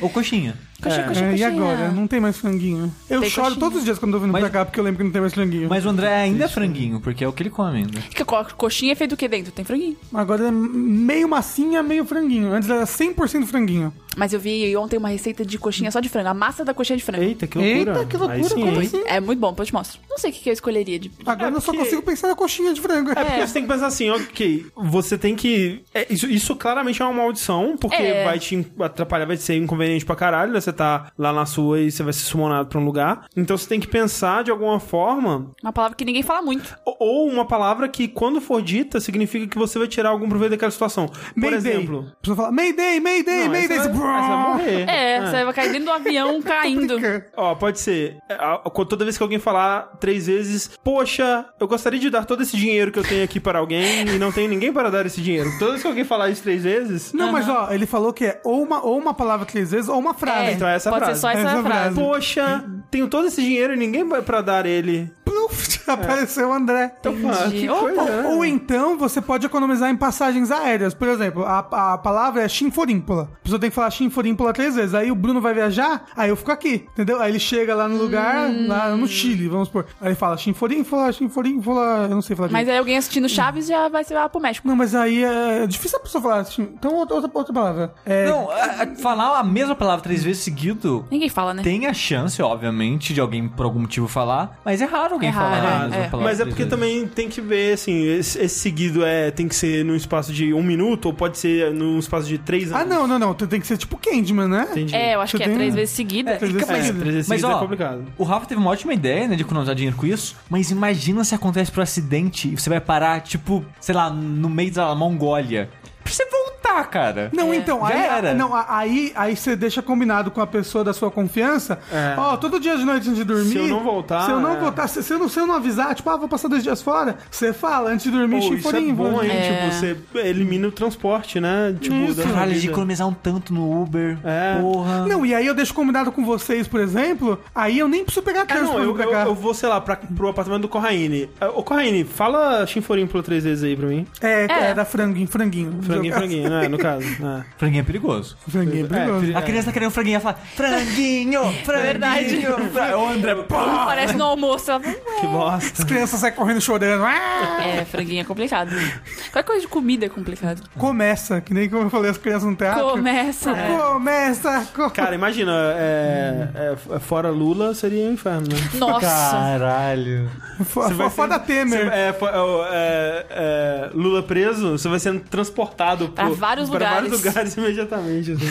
[SPEAKER 3] Ou coxinha.
[SPEAKER 1] Coxinha, coxinha,
[SPEAKER 4] É, e
[SPEAKER 1] coxinha.
[SPEAKER 4] agora? Não tem mais franguinho. Eu
[SPEAKER 1] Tem
[SPEAKER 4] choro
[SPEAKER 1] coxinha.
[SPEAKER 4] todos os dias quando eu tô vindo
[SPEAKER 3] Mas-
[SPEAKER 4] pra cá, porque eu lembro que não tem mais franguinho.
[SPEAKER 3] Mas o André ainda é franguinho, porque é o que ele come ainda.
[SPEAKER 1] Que co- Coxinha é feito do que dentro? Tem franguinho.
[SPEAKER 4] Agora é meio massinha, meio franguinho. Antes era 100% franguinho.
[SPEAKER 1] Mas eu vi ontem uma receita de coxinha só de frango, a massa da coxinha é de frango.
[SPEAKER 2] Eita, que loucura.
[SPEAKER 4] Eita, que loucura,
[SPEAKER 2] Aí sim,
[SPEAKER 4] como
[SPEAKER 2] hein?
[SPEAKER 4] assim?
[SPEAKER 1] É muito bom, depois eu te mostro. Não sei o que, que eu escolheria de.
[SPEAKER 4] Agora
[SPEAKER 2] É
[SPEAKER 4] eu só
[SPEAKER 2] porque-
[SPEAKER 4] consigo pensar na coxinha de frango.
[SPEAKER 2] É porque você tem que pensar assim, ok, você tem que. é, isso, isso claramente é uma maldição, porque
[SPEAKER 1] É.
[SPEAKER 2] vai te in- atrapalhar, vai ser inconveniente pra caralho, né? Você tá lá na sua e você vai ser summonado pra um lugar. Então você tem que pensar de alguma forma,
[SPEAKER 1] Uma palavra que ninguém fala muito.
[SPEAKER 2] ou- ou uma palavra que, quando for dita, significa que você vai tirar algum proveito daquela situação. Por
[SPEAKER 4] Mayday.
[SPEAKER 2] exemplo.
[SPEAKER 4] A pessoa fala, Mayday, Mayday,
[SPEAKER 2] Não,
[SPEAKER 4] Mayday.
[SPEAKER 2] essa
[SPEAKER 4] Você-
[SPEAKER 2] vai- essa vai morrer. Ah.
[SPEAKER 1] É, você vai cair dentro do avião caindo.
[SPEAKER 2] Ó, pode ser. É, a- Toda vez que alguém falar três vezes, poxa, eu gostaria de dar todo esse dinheiro que eu tenho aqui para alguém e não tenho ninguém para dar esse dinheiro. Toda vez que alguém falar isso três vezes,
[SPEAKER 4] Não, mas ó, ele falou que é ou uma, ou uma palavra três vezes ou uma frase.
[SPEAKER 1] É,
[SPEAKER 2] então é essa a
[SPEAKER 1] pode
[SPEAKER 2] frase.
[SPEAKER 1] ser só essa,
[SPEAKER 4] Essa
[SPEAKER 1] frase.
[SPEAKER 4] frase.
[SPEAKER 2] poxa, tenho todo esse dinheiro e ninguém vai para dar ele.
[SPEAKER 4] Pluf. Apareceu o André.
[SPEAKER 2] Ah, que
[SPEAKER 1] Entendi. Opa,
[SPEAKER 2] coisa, né?
[SPEAKER 4] Ou então você pode economizar em passagens aéreas. Por exemplo, a, a palavra é chinforímpola. A pessoa tem que falar chinforímpola três vezes. Aí o Bruno vai viajar, aí eu fico aqui, entendeu? Aí ele chega lá no lugar, lá no Chile, vamos supor. Aí ele fala chinforímpola, chinforímpola. Eu não sei falar
[SPEAKER 1] Mas
[SPEAKER 4] direito.
[SPEAKER 1] aí alguém assistindo Chaves já vai se lá pro México.
[SPEAKER 4] Não, mas aí é difícil a pessoa falar. chin- Então, outra, outra, outra palavra. É,
[SPEAKER 3] Não, a- a- falar a mesma palavra três vezes seguido
[SPEAKER 1] Ninguém fala, né?
[SPEAKER 3] tem a chance, obviamente, de alguém por algum motivo falar, mas é raro alguém
[SPEAKER 1] É raro,
[SPEAKER 3] falar
[SPEAKER 1] é,
[SPEAKER 3] a mesma
[SPEAKER 1] é.
[SPEAKER 3] palavra.
[SPEAKER 2] Mas é
[SPEAKER 3] três
[SPEAKER 2] porque
[SPEAKER 3] vezes.
[SPEAKER 2] também tem que ver, assim, esse, esse seguido é, tem que ser num espaço de um minuto ou pode ser num espaço de três anos.
[SPEAKER 4] Ah, não, não, não. Tem que ser tipo Candyman, né?
[SPEAKER 2] Entendi.
[SPEAKER 1] É, eu acho
[SPEAKER 4] Você
[SPEAKER 1] que é
[SPEAKER 4] tem-
[SPEAKER 1] três vezes seguida.
[SPEAKER 4] três vezes
[SPEAKER 2] É,
[SPEAKER 4] seguidas.
[SPEAKER 2] três vezes
[SPEAKER 3] Mas
[SPEAKER 2] seguidas
[SPEAKER 3] ó,
[SPEAKER 2] é complicado.
[SPEAKER 3] o Rafa teve uma ótima ideia, né, de economizar dinheiro com isso, mas imagina se acontece por acidente e você vai parar, tipo, sei lá, no meio da Mongólia. Pra você voltar, cara.
[SPEAKER 4] Não,
[SPEAKER 1] É.
[SPEAKER 4] então,
[SPEAKER 3] Já
[SPEAKER 4] aí,
[SPEAKER 3] era.
[SPEAKER 4] Não, a- aí, aí você deixa combinado com a pessoa da sua confiança.
[SPEAKER 2] É.
[SPEAKER 4] Ó, todo dia de noite antes de dormir.
[SPEAKER 2] Se eu não voltar,
[SPEAKER 4] Se eu não
[SPEAKER 2] é.
[SPEAKER 4] voltar, se, se eu não, se eu não avisar, tipo, ah, vou passar dois dias fora, você fala antes de dormir,
[SPEAKER 2] Pô, isso é
[SPEAKER 4] chifrinho.
[SPEAKER 2] bom, hein?
[SPEAKER 1] É.
[SPEAKER 2] Tipo, você elimina o transporte, né? Tipo,
[SPEAKER 4] Isso.
[SPEAKER 2] da
[SPEAKER 3] Caralho, de
[SPEAKER 2] vida.
[SPEAKER 3] economizar um tanto no Uber.
[SPEAKER 2] É.
[SPEAKER 3] Porra.
[SPEAKER 4] Não, e aí eu deixo combinado com vocês, por exemplo, aí eu nem preciso pegar
[SPEAKER 2] Ah,
[SPEAKER 4] trânsito
[SPEAKER 2] não,
[SPEAKER 4] pra
[SPEAKER 2] eu,
[SPEAKER 4] vir pra
[SPEAKER 2] eu-
[SPEAKER 4] cá.
[SPEAKER 2] eu vou, sei lá, pra, pro apartamento do Corraine. Ah, Ô, Corraine, fala Chinforímpulo três vezes aí pra mim.
[SPEAKER 4] É,
[SPEAKER 1] É.
[SPEAKER 4] era franguinho, franguinho.
[SPEAKER 2] Franguinho, franguinho, né? No caso. né?
[SPEAKER 3] Franguinho é perigoso.
[SPEAKER 4] Franguinho, é perigoso.
[SPEAKER 2] É.
[SPEAKER 3] A criança tá querendo franguinho, ela fala, franguinho, franguinho.
[SPEAKER 1] verdade.
[SPEAKER 2] É
[SPEAKER 3] fra- Ô, André, pá.
[SPEAKER 1] Parece Um no almoço. ela-
[SPEAKER 2] Que bosta.
[SPEAKER 4] As crianças saem correndo chorando. Ah!
[SPEAKER 1] É, franguinho é complicado. Qualquer coisa de comida é complicado.
[SPEAKER 4] Começa, que nem como eu falei, as crianças no teatro.
[SPEAKER 1] Começa. É.
[SPEAKER 4] Começa! co-
[SPEAKER 2] Cara, imagina, é, é, f- fora Lula seria um inferno, né?
[SPEAKER 1] Nossa.
[SPEAKER 3] Caralho.
[SPEAKER 2] Você vai
[SPEAKER 4] Fo- Foda
[SPEAKER 2] sendo-
[SPEAKER 4] Temer.
[SPEAKER 2] Você- é, fo- é, o- é, é, Lula preso, você vai sendo transportado
[SPEAKER 1] Pra
[SPEAKER 2] pro-
[SPEAKER 1] vários
[SPEAKER 2] pra
[SPEAKER 1] lugares.
[SPEAKER 2] vários lugares imediatamente. assim.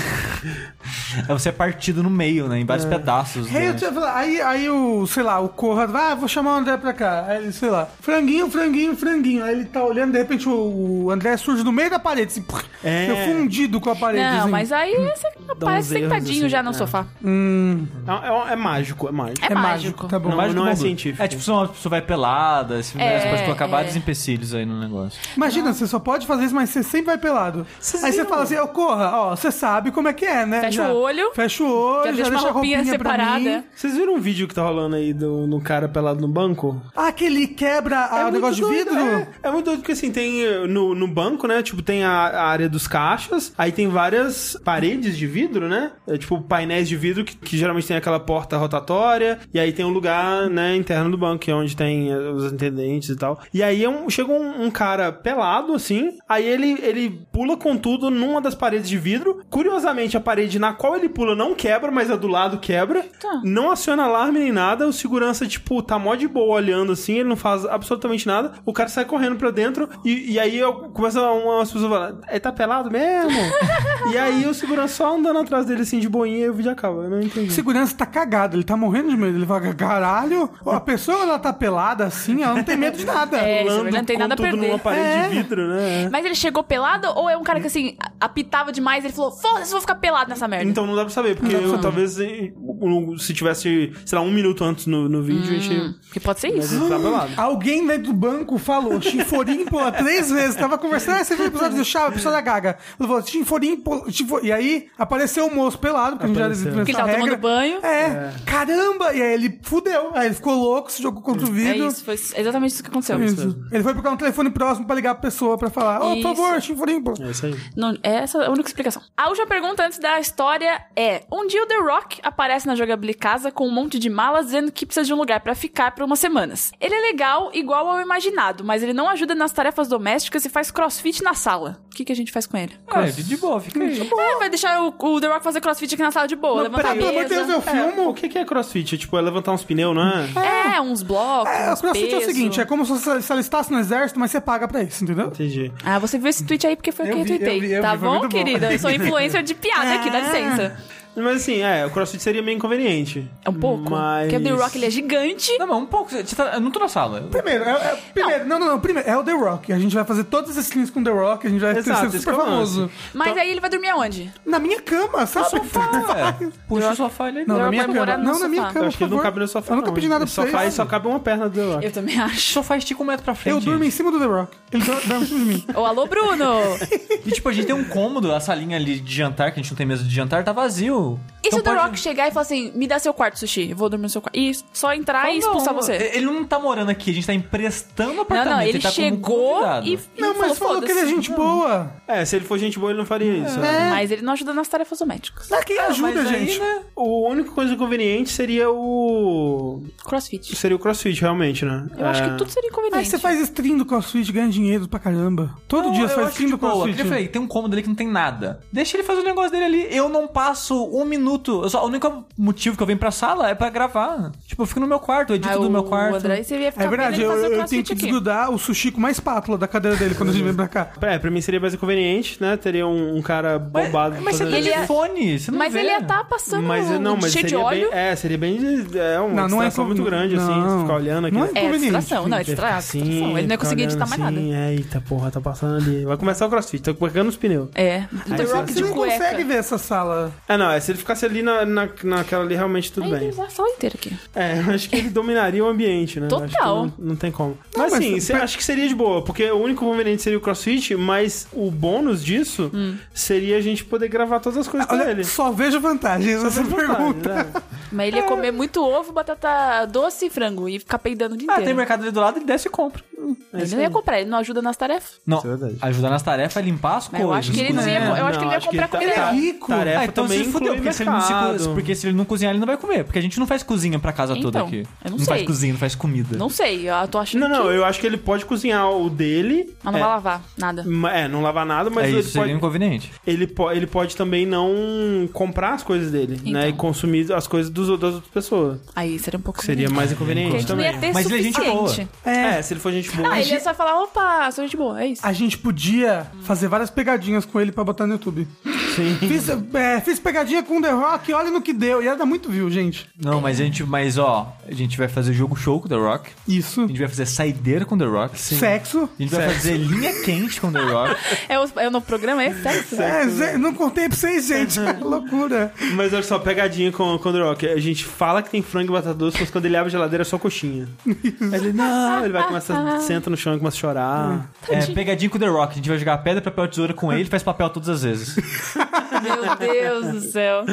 [SPEAKER 3] Aí Você é partido no meio, né? Em
[SPEAKER 2] É.
[SPEAKER 3] vários pedaços.
[SPEAKER 4] Aí, eu
[SPEAKER 3] né?
[SPEAKER 4] tinha falado- aí, aí o, sei lá, o Conrad vai, ah, vou chamar o André pra cá. Aí ele, sei lá, franguinho, franguinho, franguinho. Aí ele tá olhando, de repente o, o André surge no meio da parede, assim, puf,
[SPEAKER 2] É.
[SPEAKER 4] eu fundido com a parede.
[SPEAKER 1] Não,
[SPEAKER 4] assim.
[SPEAKER 1] mas é aí você aparece
[SPEAKER 2] erros,
[SPEAKER 1] sentadinho
[SPEAKER 2] assim,
[SPEAKER 1] já no
[SPEAKER 2] é.
[SPEAKER 1] sofá.
[SPEAKER 4] Hum,
[SPEAKER 2] É, é- é mágico, é mágico.
[SPEAKER 1] É, mágico.
[SPEAKER 4] é mágico, tá bom.
[SPEAKER 2] Não,
[SPEAKER 3] Mas
[SPEAKER 2] não
[SPEAKER 3] como-
[SPEAKER 2] é científico.
[SPEAKER 3] É tipo, se uma pessoa vai pelada, assim,
[SPEAKER 1] É,
[SPEAKER 3] você pode colocar
[SPEAKER 1] é.
[SPEAKER 3] vários empecilhos aí no negócio.
[SPEAKER 4] Imagina, você só pode fazer isso, mas você sempre vai pelado.
[SPEAKER 2] Vocês
[SPEAKER 4] aí você
[SPEAKER 2] viram?
[SPEAKER 4] fala assim, ô Corra, ó, você sabe como é que é, né?
[SPEAKER 1] Fecha
[SPEAKER 4] Já-
[SPEAKER 1] o olho.
[SPEAKER 4] Fecha o olho,
[SPEAKER 1] Já
[SPEAKER 4] já,
[SPEAKER 1] deixa uma
[SPEAKER 4] deixa a
[SPEAKER 1] roupinha
[SPEAKER 4] roupinha
[SPEAKER 1] separada.
[SPEAKER 4] Pra mim.
[SPEAKER 2] Vocês viram um vídeo que tá rolando aí do, do cara pelado no banco?
[SPEAKER 4] Ah, que ele quebra ah, o
[SPEAKER 2] É muito
[SPEAKER 4] negócio de
[SPEAKER 2] doido,
[SPEAKER 4] vidro?
[SPEAKER 2] É, é muito doido, porque assim, tem eh, no, no banco, né? Tipo, tem a, a área dos caixas, aí tem várias paredes de vidro, né? É, tipo, painéis de vidro que, que geralmente tem aquela porta rotatória, e aí tem um lugar, né, interno do banco, que é onde tem eh, os intendentes e tal. E aí é um- chega um, um cara pelado, assim, aí ele, ele pula com tudo numa das paredes de vidro. Curiosamente, a parede na qual ele pula não quebra, mas a do lado quebra.
[SPEAKER 1] Tá.
[SPEAKER 2] Não aciona alarme nem nada, o segurança, tipo, tá mó de boa olhando assim, ele não faz absolutamente nada. O cara sai correndo pra dentro e, e aí eu, começa uma- umas pessoas falando, ele tá pelado mesmo? e aí o segurança só andando atrás dele assim, de boinha, e o vídeo acaba. Eu não
[SPEAKER 4] O
[SPEAKER 2] entendi.
[SPEAKER 4] segurança tá cagado, ele tá morrendo de medo. Ele fala, caralho, a pessoa ela tá pelada assim, ela não tem medo de nada.
[SPEAKER 1] É, isso,
[SPEAKER 2] Pulando
[SPEAKER 1] ele não tem
[SPEAKER 2] com
[SPEAKER 1] nada a
[SPEAKER 2] tudo numa
[SPEAKER 1] perder.
[SPEAKER 2] parede
[SPEAKER 4] É.
[SPEAKER 2] de vidro, né?
[SPEAKER 1] Mas ele chegou pelado ou é um cara que assim, a- apitava demais ele falou, foda-se, vou ficar pelado nessa merda.
[SPEAKER 2] Então não dá pra saber, porque eu, talvez eh, o- o- se tivesse, sei lá, um minuto antes no, no vídeo, a gente...
[SPEAKER 1] Porque pode ser
[SPEAKER 2] Então, Mas
[SPEAKER 1] isso.
[SPEAKER 2] ele tá pelado.
[SPEAKER 1] Ah.
[SPEAKER 4] Alguém dentro do banco falou Chinforimpola três vezes. Tava conversando, ah, você viu o episódio do Chave, episódio da Gaga. Ele falou Chinforimpola. Chinfor... E aí apareceu o moço pelado, porque a gente já
[SPEAKER 2] Apareceu.
[SPEAKER 4] decidiu
[SPEAKER 1] Porque ele tava tomando banho.
[SPEAKER 4] É, caramba! E aí ele fudeu. Aí ele ficou louco, se jogou contra o
[SPEAKER 1] É
[SPEAKER 4] vidro. É
[SPEAKER 1] isso, foi exatamente isso que
[SPEAKER 3] É
[SPEAKER 1] aconteceu.
[SPEAKER 4] Isso. Ele foi pegar um telefone próximo pra ligar pra pessoa pra falar: Ô,
[SPEAKER 1] Isso.
[SPEAKER 4] por favor, Chinforimpola.
[SPEAKER 2] É isso aí.
[SPEAKER 1] Não, essa é a única explicação. A última pergunta antes da história é: Um dia o The Rock aparece na jogabilidade casa com um monte de malas dizendo que precisa de um lugar pra ficar por umas semanas. Ele é legal, igual ao imaginado, mas ele não ajuda nas tarefas domésticas e faz crossfit na sala. O que, que a gente faz com ele?
[SPEAKER 3] Ah, é, de boa,
[SPEAKER 4] Hum,
[SPEAKER 3] fica aí.
[SPEAKER 1] É, vai deixar o, o The Rock fazer crossfit aqui na sala de boa, levantar a
[SPEAKER 4] peraí, pelo amor de
[SPEAKER 1] mesa.
[SPEAKER 4] Deus, eu filmo.
[SPEAKER 1] um
[SPEAKER 2] É, o que que é crossfit? É, tipo, é levantar uns pneus, não é?
[SPEAKER 1] É, uns blocos.
[SPEAKER 4] É, o
[SPEAKER 1] uns
[SPEAKER 4] crossfit é o
[SPEAKER 1] peso.
[SPEAKER 4] seguinte: é como se você se alistasse no exército, mas você paga pra isso, entendeu?
[SPEAKER 2] Entendi.
[SPEAKER 1] Ah, você viu esse tweet aí porque foi eu que
[SPEAKER 4] Eu vi, eu
[SPEAKER 1] retuitei.
[SPEAKER 4] vi, eu
[SPEAKER 1] tá
[SPEAKER 4] vi, foi
[SPEAKER 1] bom,
[SPEAKER 4] muito bom. É.
[SPEAKER 1] querida? Eu sou influencer de piada aqui, dá licença.
[SPEAKER 2] Mas assim, é, o crossfit seria meio inconveniente.
[SPEAKER 1] É um pouco.
[SPEAKER 2] Mas...
[SPEAKER 1] Porque o The Rock ele é gigante.
[SPEAKER 3] Não, mas um pouco. Você tá, eu não tô na sala.
[SPEAKER 4] Primeiro, é, é- primeiro, não. não, não, primeiro, é o The Rock. A gente vai fazer todas as skins com o The Rock, a gente vai
[SPEAKER 2] Exato,
[SPEAKER 4] ser
[SPEAKER 2] esse
[SPEAKER 4] super
[SPEAKER 2] que é o
[SPEAKER 4] famoso.
[SPEAKER 2] lance.
[SPEAKER 1] Mas
[SPEAKER 4] Tá.
[SPEAKER 1] aí ele vai dormir aonde?
[SPEAKER 4] Na minha cama,
[SPEAKER 3] Ah,
[SPEAKER 4] sabe?
[SPEAKER 3] sofá. é. Puxa o sofá ele aí.
[SPEAKER 4] Não,
[SPEAKER 1] The
[SPEAKER 4] na
[SPEAKER 1] Rock
[SPEAKER 4] minha
[SPEAKER 1] vai
[SPEAKER 4] cama.
[SPEAKER 1] morar no
[SPEAKER 4] Não,
[SPEAKER 1] sofá.
[SPEAKER 4] na minha
[SPEAKER 2] Eu
[SPEAKER 4] cama.
[SPEAKER 1] um
[SPEAKER 2] acho que
[SPEAKER 4] por
[SPEAKER 2] ele não
[SPEAKER 4] favor.
[SPEAKER 2] cabe no sofá.
[SPEAKER 4] Eu nunca
[SPEAKER 2] não.
[SPEAKER 4] pedi nada
[SPEAKER 2] Ele
[SPEAKER 4] pra
[SPEAKER 2] só
[SPEAKER 4] vocês.
[SPEAKER 2] faz, só cabe uma perna do The Rock.
[SPEAKER 1] Eu também acho.
[SPEAKER 3] Sofá estica um metro pra frente.
[SPEAKER 4] Eu durmo em cima do The Rock. Ele dor- dorme em cima de mim.
[SPEAKER 1] Ô, alô, Bruno!
[SPEAKER 3] E tipo, a gente tem um cômodo, a salinha ali de jantar, que a gente não tem mesa de jantar, tá vazio. Não.
[SPEAKER 1] E se
[SPEAKER 3] Então
[SPEAKER 1] o The
[SPEAKER 3] pode-
[SPEAKER 1] Rock chegar e falar assim, me dá seu quarto, Sushi, eu vou dormir no seu quarto. E só entrar
[SPEAKER 3] Não,
[SPEAKER 1] e expulsar
[SPEAKER 4] É,
[SPEAKER 3] não,
[SPEAKER 1] você.
[SPEAKER 3] Ele não tá morando aqui, a gente tá emprestando o
[SPEAKER 1] Não,
[SPEAKER 3] apartamento.
[SPEAKER 1] não, ele,
[SPEAKER 3] tá como
[SPEAKER 1] chegou
[SPEAKER 3] convidado.
[SPEAKER 1] e, e
[SPEAKER 4] Não, mas falou que ele é
[SPEAKER 1] "Foda-se".
[SPEAKER 4] gente boa.
[SPEAKER 2] É, se ele for gente boa, ele não faria isso. né?
[SPEAKER 4] É.
[SPEAKER 1] Mas ele não ajuda nas tarefas domésticas.
[SPEAKER 4] Será que ajuda,
[SPEAKER 3] mas aí,
[SPEAKER 4] gente?
[SPEAKER 3] né?
[SPEAKER 2] A única coisa conveniente seria o.
[SPEAKER 1] Crossfit.
[SPEAKER 2] Seria o crossfit, realmente, né?
[SPEAKER 1] Eu acho que
[SPEAKER 2] É.
[SPEAKER 1] tudo seria inconveniente.
[SPEAKER 4] Mas você faz stream do CrossFit e ganha dinheiro pra caramba. Todo
[SPEAKER 3] Não,
[SPEAKER 4] dia você
[SPEAKER 3] eu
[SPEAKER 4] faz
[SPEAKER 3] acho
[SPEAKER 4] stream
[SPEAKER 3] de
[SPEAKER 4] do
[SPEAKER 3] boa.
[SPEAKER 4] CrossFit.
[SPEAKER 3] Eu falei, tem um cômodo ali que não tem nada. Deixa ele fazer o negócio dele ali. Eu não passo um minuto. Eu só, o único motivo que eu venho pra sala é pra gravar. Tipo, eu fico no meu quarto, eu edito
[SPEAKER 1] Ah,
[SPEAKER 3] do meu
[SPEAKER 1] o
[SPEAKER 3] quarto.
[SPEAKER 1] André, você ia ficar
[SPEAKER 4] É verdade,
[SPEAKER 1] Tá vendo
[SPEAKER 4] eu,
[SPEAKER 1] ele fazer
[SPEAKER 4] eu tenho
[SPEAKER 1] crossfit
[SPEAKER 4] que
[SPEAKER 1] aqui.
[SPEAKER 4] desgrudar o sushi com uma espátula da cadeira dele quando a gente vem pra cá.
[SPEAKER 2] É, pra mim seria mais conveniente, né? Teria um, um cara
[SPEAKER 3] Mas,
[SPEAKER 2] bombado.
[SPEAKER 3] mas você
[SPEAKER 2] fazendo
[SPEAKER 3] tá
[SPEAKER 1] Ele
[SPEAKER 3] de
[SPEAKER 1] ia-
[SPEAKER 3] fone, você não
[SPEAKER 1] Mas
[SPEAKER 3] vê.
[SPEAKER 1] ele é ia estar passando
[SPEAKER 2] Mas não, mas
[SPEAKER 1] cheio de
[SPEAKER 2] seria
[SPEAKER 1] óleo.
[SPEAKER 2] bem. É, seria bem. É uma
[SPEAKER 4] Não, não é
[SPEAKER 2] distração muito
[SPEAKER 4] como-
[SPEAKER 2] grande, assim,
[SPEAKER 4] não.
[SPEAKER 2] você ficar olhando aqui.
[SPEAKER 4] Não é
[SPEAKER 2] né?
[SPEAKER 1] É,
[SPEAKER 4] Inconveniente.
[SPEAKER 1] distração, não, é
[SPEAKER 2] Vai ficar
[SPEAKER 1] distração. Ele não ia
[SPEAKER 2] ficar
[SPEAKER 1] conseguir
[SPEAKER 2] olhando
[SPEAKER 1] editar mais nada.
[SPEAKER 2] assim, Eita, porra, tá passando ali. Vai começar o crossfit, tá marcando os pneus.
[SPEAKER 1] É,
[SPEAKER 2] Aí
[SPEAKER 3] então
[SPEAKER 1] The
[SPEAKER 2] você-
[SPEAKER 1] Rock
[SPEAKER 4] Você
[SPEAKER 1] de
[SPEAKER 4] não consegue
[SPEAKER 1] cueca.
[SPEAKER 4] ver essa sala.
[SPEAKER 2] É, não, é se ele ficasse ali na, na, naquela ali, realmente tudo
[SPEAKER 1] Aí
[SPEAKER 2] bem.
[SPEAKER 1] ele vai a sala inteira aqui.
[SPEAKER 2] É, eu acho que ele dominaria o ambiente, né?
[SPEAKER 1] Total.
[SPEAKER 2] Acho que Não, não tem como. mas,
[SPEAKER 4] mas-
[SPEAKER 2] assim, cê- acho que seria de boa, porque o único conveniente seria o crossfit, mas o bônus disso
[SPEAKER 1] Hum.
[SPEAKER 2] seria a gente poder gravar todas as coisas
[SPEAKER 4] Olha,
[SPEAKER 2] dele.
[SPEAKER 4] só vejo vantagens nessa pergunta.
[SPEAKER 2] né?
[SPEAKER 1] Mas
[SPEAKER 3] É.
[SPEAKER 1] ele ia comer muito ovo, batata doce e frango e ficar peidando o dia
[SPEAKER 3] Ah,
[SPEAKER 1] inteiro.
[SPEAKER 3] tem mercado assim. ali do lado, ele desce e compra.
[SPEAKER 1] Ele não ia comprar, ele não ajuda nas tarefas.
[SPEAKER 3] Não,
[SPEAKER 2] Hum, Isso é verdade.
[SPEAKER 3] ajudar nas tarefas é limpar
[SPEAKER 1] Mas
[SPEAKER 3] as coisas.
[SPEAKER 1] eu acho que ele não ia-
[SPEAKER 3] cozinhar.
[SPEAKER 1] eu acho que ele tá- ia comprar comida.
[SPEAKER 4] Ele é rico.
[SPEAKER 2] Tarefa
[SPEAKER 3] Ah, então
[SPEAKER 2] também
[SPEAKER 3] se fudeu,
[SPEAKER 2] inclui
[SPEAKER 3] porque se, ele não se co-
[SPEAKER 2] mercado.
[SPEAKER 3] porque se ele não cozinhar, ele não vai comer. Porque a gente não faz cozinha pra casa toda
[SPEAKER 1] Então,
[SPEAKER 3] aqui.
[SPEAKER 1] eu não
[SPEAKER 3] faz
[SPEAKER 1] sei.
[SPEAKER 3] cozinha, não faz comida.
[SPEAKER 1] Não sei, eu tô achando
[SPEAKER 2] Não, não,
[SPEAKER 1] que...
[SPEAKER 2] eu acho que ele pode cozinhar o dele.
[SPEAKER 1] Mas Ah, não
[SPEAKER 2] é,
[SPEAKER 1] vai lavar, nada.
[SPEAKER 2] ma- é, não lavar nada, mas
[SPEAKER 3] é
[SPEAKER 2] ele,
[SPEAKER 3] isso, seria
[SPEAKER 2] pode,
[SPEAKER 3] inconveniente.
[SPEAKER 2] ele, po- ele pode também não comprar as coisas dele, né?
[SPEAKER 1] Então.
[SPEAKER 2] E consumir as coisas dos, das outras pessoas.
[SPEAKER 1] Aí seria um pouco...
[SPEAKER 2] Seria mais
[SPEAKER 1] Porque a
[SPEAKER 2] inconveniente
[SPEAKER 1] gente não
[SPEAKER 2] também.
[SPEAKER 1] ia ter
[SPEAKER 3] Mas ele é gente
[SPEAKER 1] suficiente.
[SPEAKER 3] boa.
[SPEAKER 2] É, se ele for gente boa.
[SPEAKER 1] Não, ele ia só falar, opa, sou gente boa, é isso.
[SPEAKER 3] Ah.
[SPEAKER 4] A gente podia fazer várias pegadinhas com ele pra botar no YouTube.
[SPEAKER 2] Sim.
[SPEAKER 4] Fiz, é, fiz pegadinha com o The Rock, olha no que deu. E ia dar muito view, gente.
[SPEAKER 3] Não, mas a gente, mas ó, a gente vai fazer jogo show com The Rock.
[SPEAKER 4] Isso.
[SPEAKER 3] A gente vai fazer saideira com The Rock.
[SPEAKER 4] Sexo.
[SPEAKER 3] A gente vai fazer linha quente com The Rock.
[SPEAKER 1] É o, é o novo programa, é sexo.
[SPEAKER 4] É,
[SPEAKER 2] né?
[SPEAKER 4] Zé, não contei pra vocês, gente. Loucura.
[SPEAKER 2] Mas olha só, pegadinha com, com o The Rock. A gente fala que tem frango e batata doce, mas quando ele abre a geladeira é só coxinha. Aí ele, não, ele vai começar, senta no chão e começa a chorar.
[SPEAKER 3] É, pegadinha com The Rock. A gente vai jogar pedra, papel, tesoura com ele. Faz papel todas as vezes.
[SPEAKER 1] Meu Deus do céu.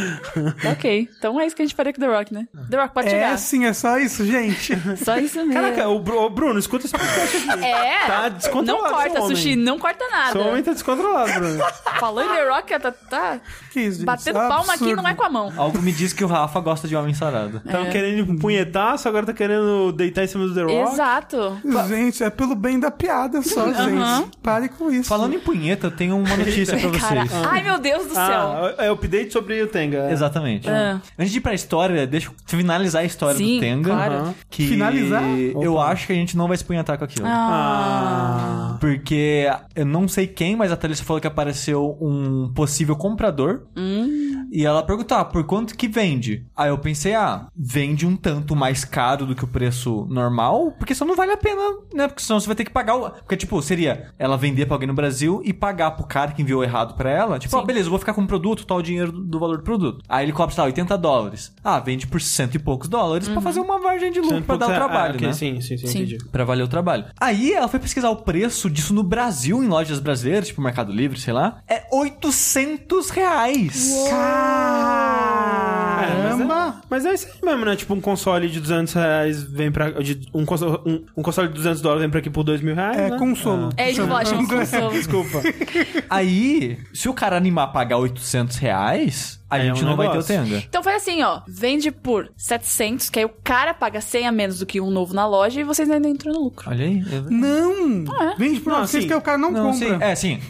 [SPEAKER 1] ok, então é isso que a gente faria com The Rock, né? The Rock pode
[SPEAKER 4] É
[SPEAKER 1] chegar.
[SPEAKER 4] sim, é só isso, gente.
[SPEAKER 1] Só isso mesmo.
[SPEAKER 2] Caraca, o, Bru- o Bruno, escuta esse podcast aqui.
[SPEAKER 1] É,
[SPEAKER 2] Tá
[SPEAKER 1] não
[SPEAKER 2] descontrolado.
[SPEAKER 1] corta,
[SPEAKER 2] seu homem.
[SPEAKER 1] Sushi, não corta nada.
[SPEAKER 2] Seu homem tá descontrolado, Bruno.
[SPEAKER 1] Falou em The Rock, tá, tá
[SPEAKER 4] Que isso, gente?
[SPEAKER 1] batendo
[SPEAKER 4] Isso é um
[SPEAKER 1] palma aqui
[SPEAKER 4] absurdo.
[SPEAKER 1] não é com a mão.
[SPEAKER 3] Algo me diz que o Rafa gosta de homem sarado.
[SPEAKER 2] Tava Tá
[SPEAKER 1] É.
[SPEAKER 2] querendo punhetar, só agora tá querendo deitar em cima do The Rock.
[SPEAKER 1] Exato.
[SPEAKER 4] Gente, é pelo bem da piada só,
[SPEAKER 1] Aham.
[SPEAKER 4] gente. Pare com isso.
[SPEAKER 3] Falando em punheta, eu tenho uma notícia pra
[SPEAKER 1] Cara,
[SPEAKER 3] vocês.
[SPEAKER 1] ai meu Deus do céu.
[SPEAKER 2] Ah, é update sobre o Tenga.
[SPEAKER 3] Exatamente.
[SPEAKER 1] Ah.
[SPEAKER 3] Antes de ir pra história, deixa eu finalizar a história
[SPEAKER 1] Sim,
[SPEAKER 3] do Tenga.
[SPEAKER 1] claro.
[SPEAKER 3] Que
[SPEAKER 4] Finalizar?
[SPEAKER 3] Eu acho que a gente não vai se punhetar com aquilo.
[SPEAKER 1] Ah.
[SPEAKER 3] Porque eu não sei quem, mas a Thalissa falou que apareceu um possível comprador. E ela perguntou: ah, por quanto que vende? Aí eu pensei: ah, vende um tanto mais caro do que o preço normal, porque senão não vale a pena, né? Porque senão você vai ter que pagar. O... Porque, tipo, seria ela vender pra alguém no Brasil e pagar pro cara que enviou errado pra ela. Tipo, ah, beleza, eu vou ficar com o produto, tal o dinheiro do do valor do produto. Aí ele cobra, sei lá, 80 dólares. Ah, vende por cento e poucos dólares pra fazer uma margem de lucro pra dar o trabalho,
[SPEAKER 2] Ah, ok,
[SPEAKER 3] né?
[SPEAKER 2] Sim, sim, sim,
[SPEAKER 1] Sim.
[SPEAKER 2] entendi.
[SPEAKER 3] Pra valer o trabalho. Aí ela foi pesquisar o preço disso no Brasil, em lojas brasileiras, tipo Mercado Livre, sei lá. É 800 reais.
[SPEAKER 4] Caramba!
[SPEAKER 2] É, Mas é isso aí mesmo, né? Tipo, um console de 200 reais vem pra... de- um, console, um, um console de 200 dólares vem pra aqui por 2 mil reais,
[SPEAKER 4] É
[SPEAKER 2] né?
[SPEAKER 4] consolo.
[SPEAKER 1] É, eles acham que são-
[SPEAKER 2] Desculpa.
[SPEAKER 3] Aí, se o cara animar a pagar 800 reais, a
[SPEAKER 2] É
[SPEAKER 3] gente
[SPEAKER 2] um
[SPEAKER 3] não vai ter o
[SPEAKER 2] negócio.
[SPEAKER 3] Tenga.
[SPEAKER 1] Então foi assim, ó. Vende por 700, que aí o cara paga 100 a menos do que um novo na loja e vocês ainda entram no lucro.
[SPEAKER 3] Olha aí.
[SPEAKER 4] Não!
[SPEAKER 1] Ah, é?
[SPEAKER 4] Vende por
[SPEAKER 2] Não,
[SPEAKER 4] 900
[SPEAKER 2] assim,
[SPEAKER 4] que o cara não, compra.
[SPEAKER 3] sim. É, sim.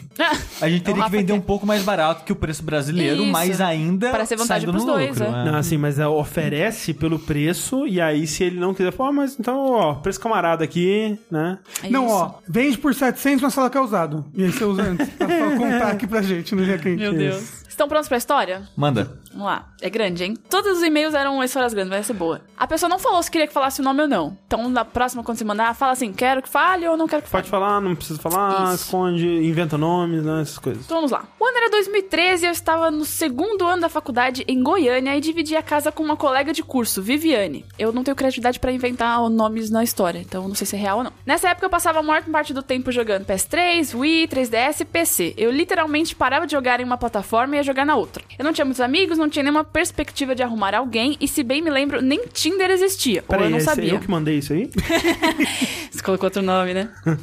[SPEAKER 3] A gente
[SPEAKER 1] O
[SPEAKER 3] teria que
[SPEAKER 1] Ah, é Rafa
[SPEAKER 3] vender um
[SPEAKER 1] quer.
[SPEAKER 3] pouco mais barato que o preço brasileiro,
[SPEAKER 1] Isso.
[SPEAKER 3] mas ainda.
[SPEAKER 1] Pra ser vantagem
[SPEAKER 3] saindo
[SPEAKER 1] pros
[SPEAKER 3] no
[SPEAKER 1] dois,
[SPEAKER 3] lucro,
[SPEAKER 1] né?
[SPEAKER 2] Não, assim, mas é, oferece pelo preço, e aí se ele não quiser, fala, ah, mas então, ó, preço camarada aqui, né?
[SPEAKER 1] É
[SPEAKER 4] não,
[SPEAKER 1] isso.
[SPEAKER 4] ó, vende por 700, mas fala que é usado. E aí você usa antes, pra pra contar aqui pra gente no dia quente.
[SPEAKER 1] Meu Deus. Estão prontos pra história?
[SPEAKER 3] Manda.
[SPEAKER 1] Vamos lá. É grande, hein? Todos os e-mails eram histórias grandes, vai ser boa. A pessoa não falou se queria que falasse o nome ou não. Então, na próxima, quando você mandar, fala assim: quero que fale ou não quero que fale.
[SPEAKER 2] Pode falar, não precisa falar,
[SPEAKER 1] Isso.
[SPEAKER 2] esconde, inventa nomes, né? Essas coisas.
[SPEAKER 1] Então vamos lá. O ano era 2013 eu estava no segundo ano da faculdade em Goiânia e dividi a casa com uma colega de curso, Viviane. Eu não tenho criatividade pra inventar nomes na história, então não sei se é real ou não. Nessa época eu passava a maior parte do tempo jogando PS3, Wii, 3DS e PC. Eu literalmente parava de jogar em uma plataforma e ia jogar na outra. Eu não tinha muitos amigos, não tinha nenhuma perspectiva de arrumar alguém, e se bem me lembro, nem Tinder existia. ou eu
[SPEAKER 2] Peraí,
[SPEAKER 1] não
[SPEAKER 2] esse-
[SPEAKER 1] sabia.
[SPEAKER 2] eu que mandei isso aí?
[SPEAKER 1] Você colocou outro nome, né?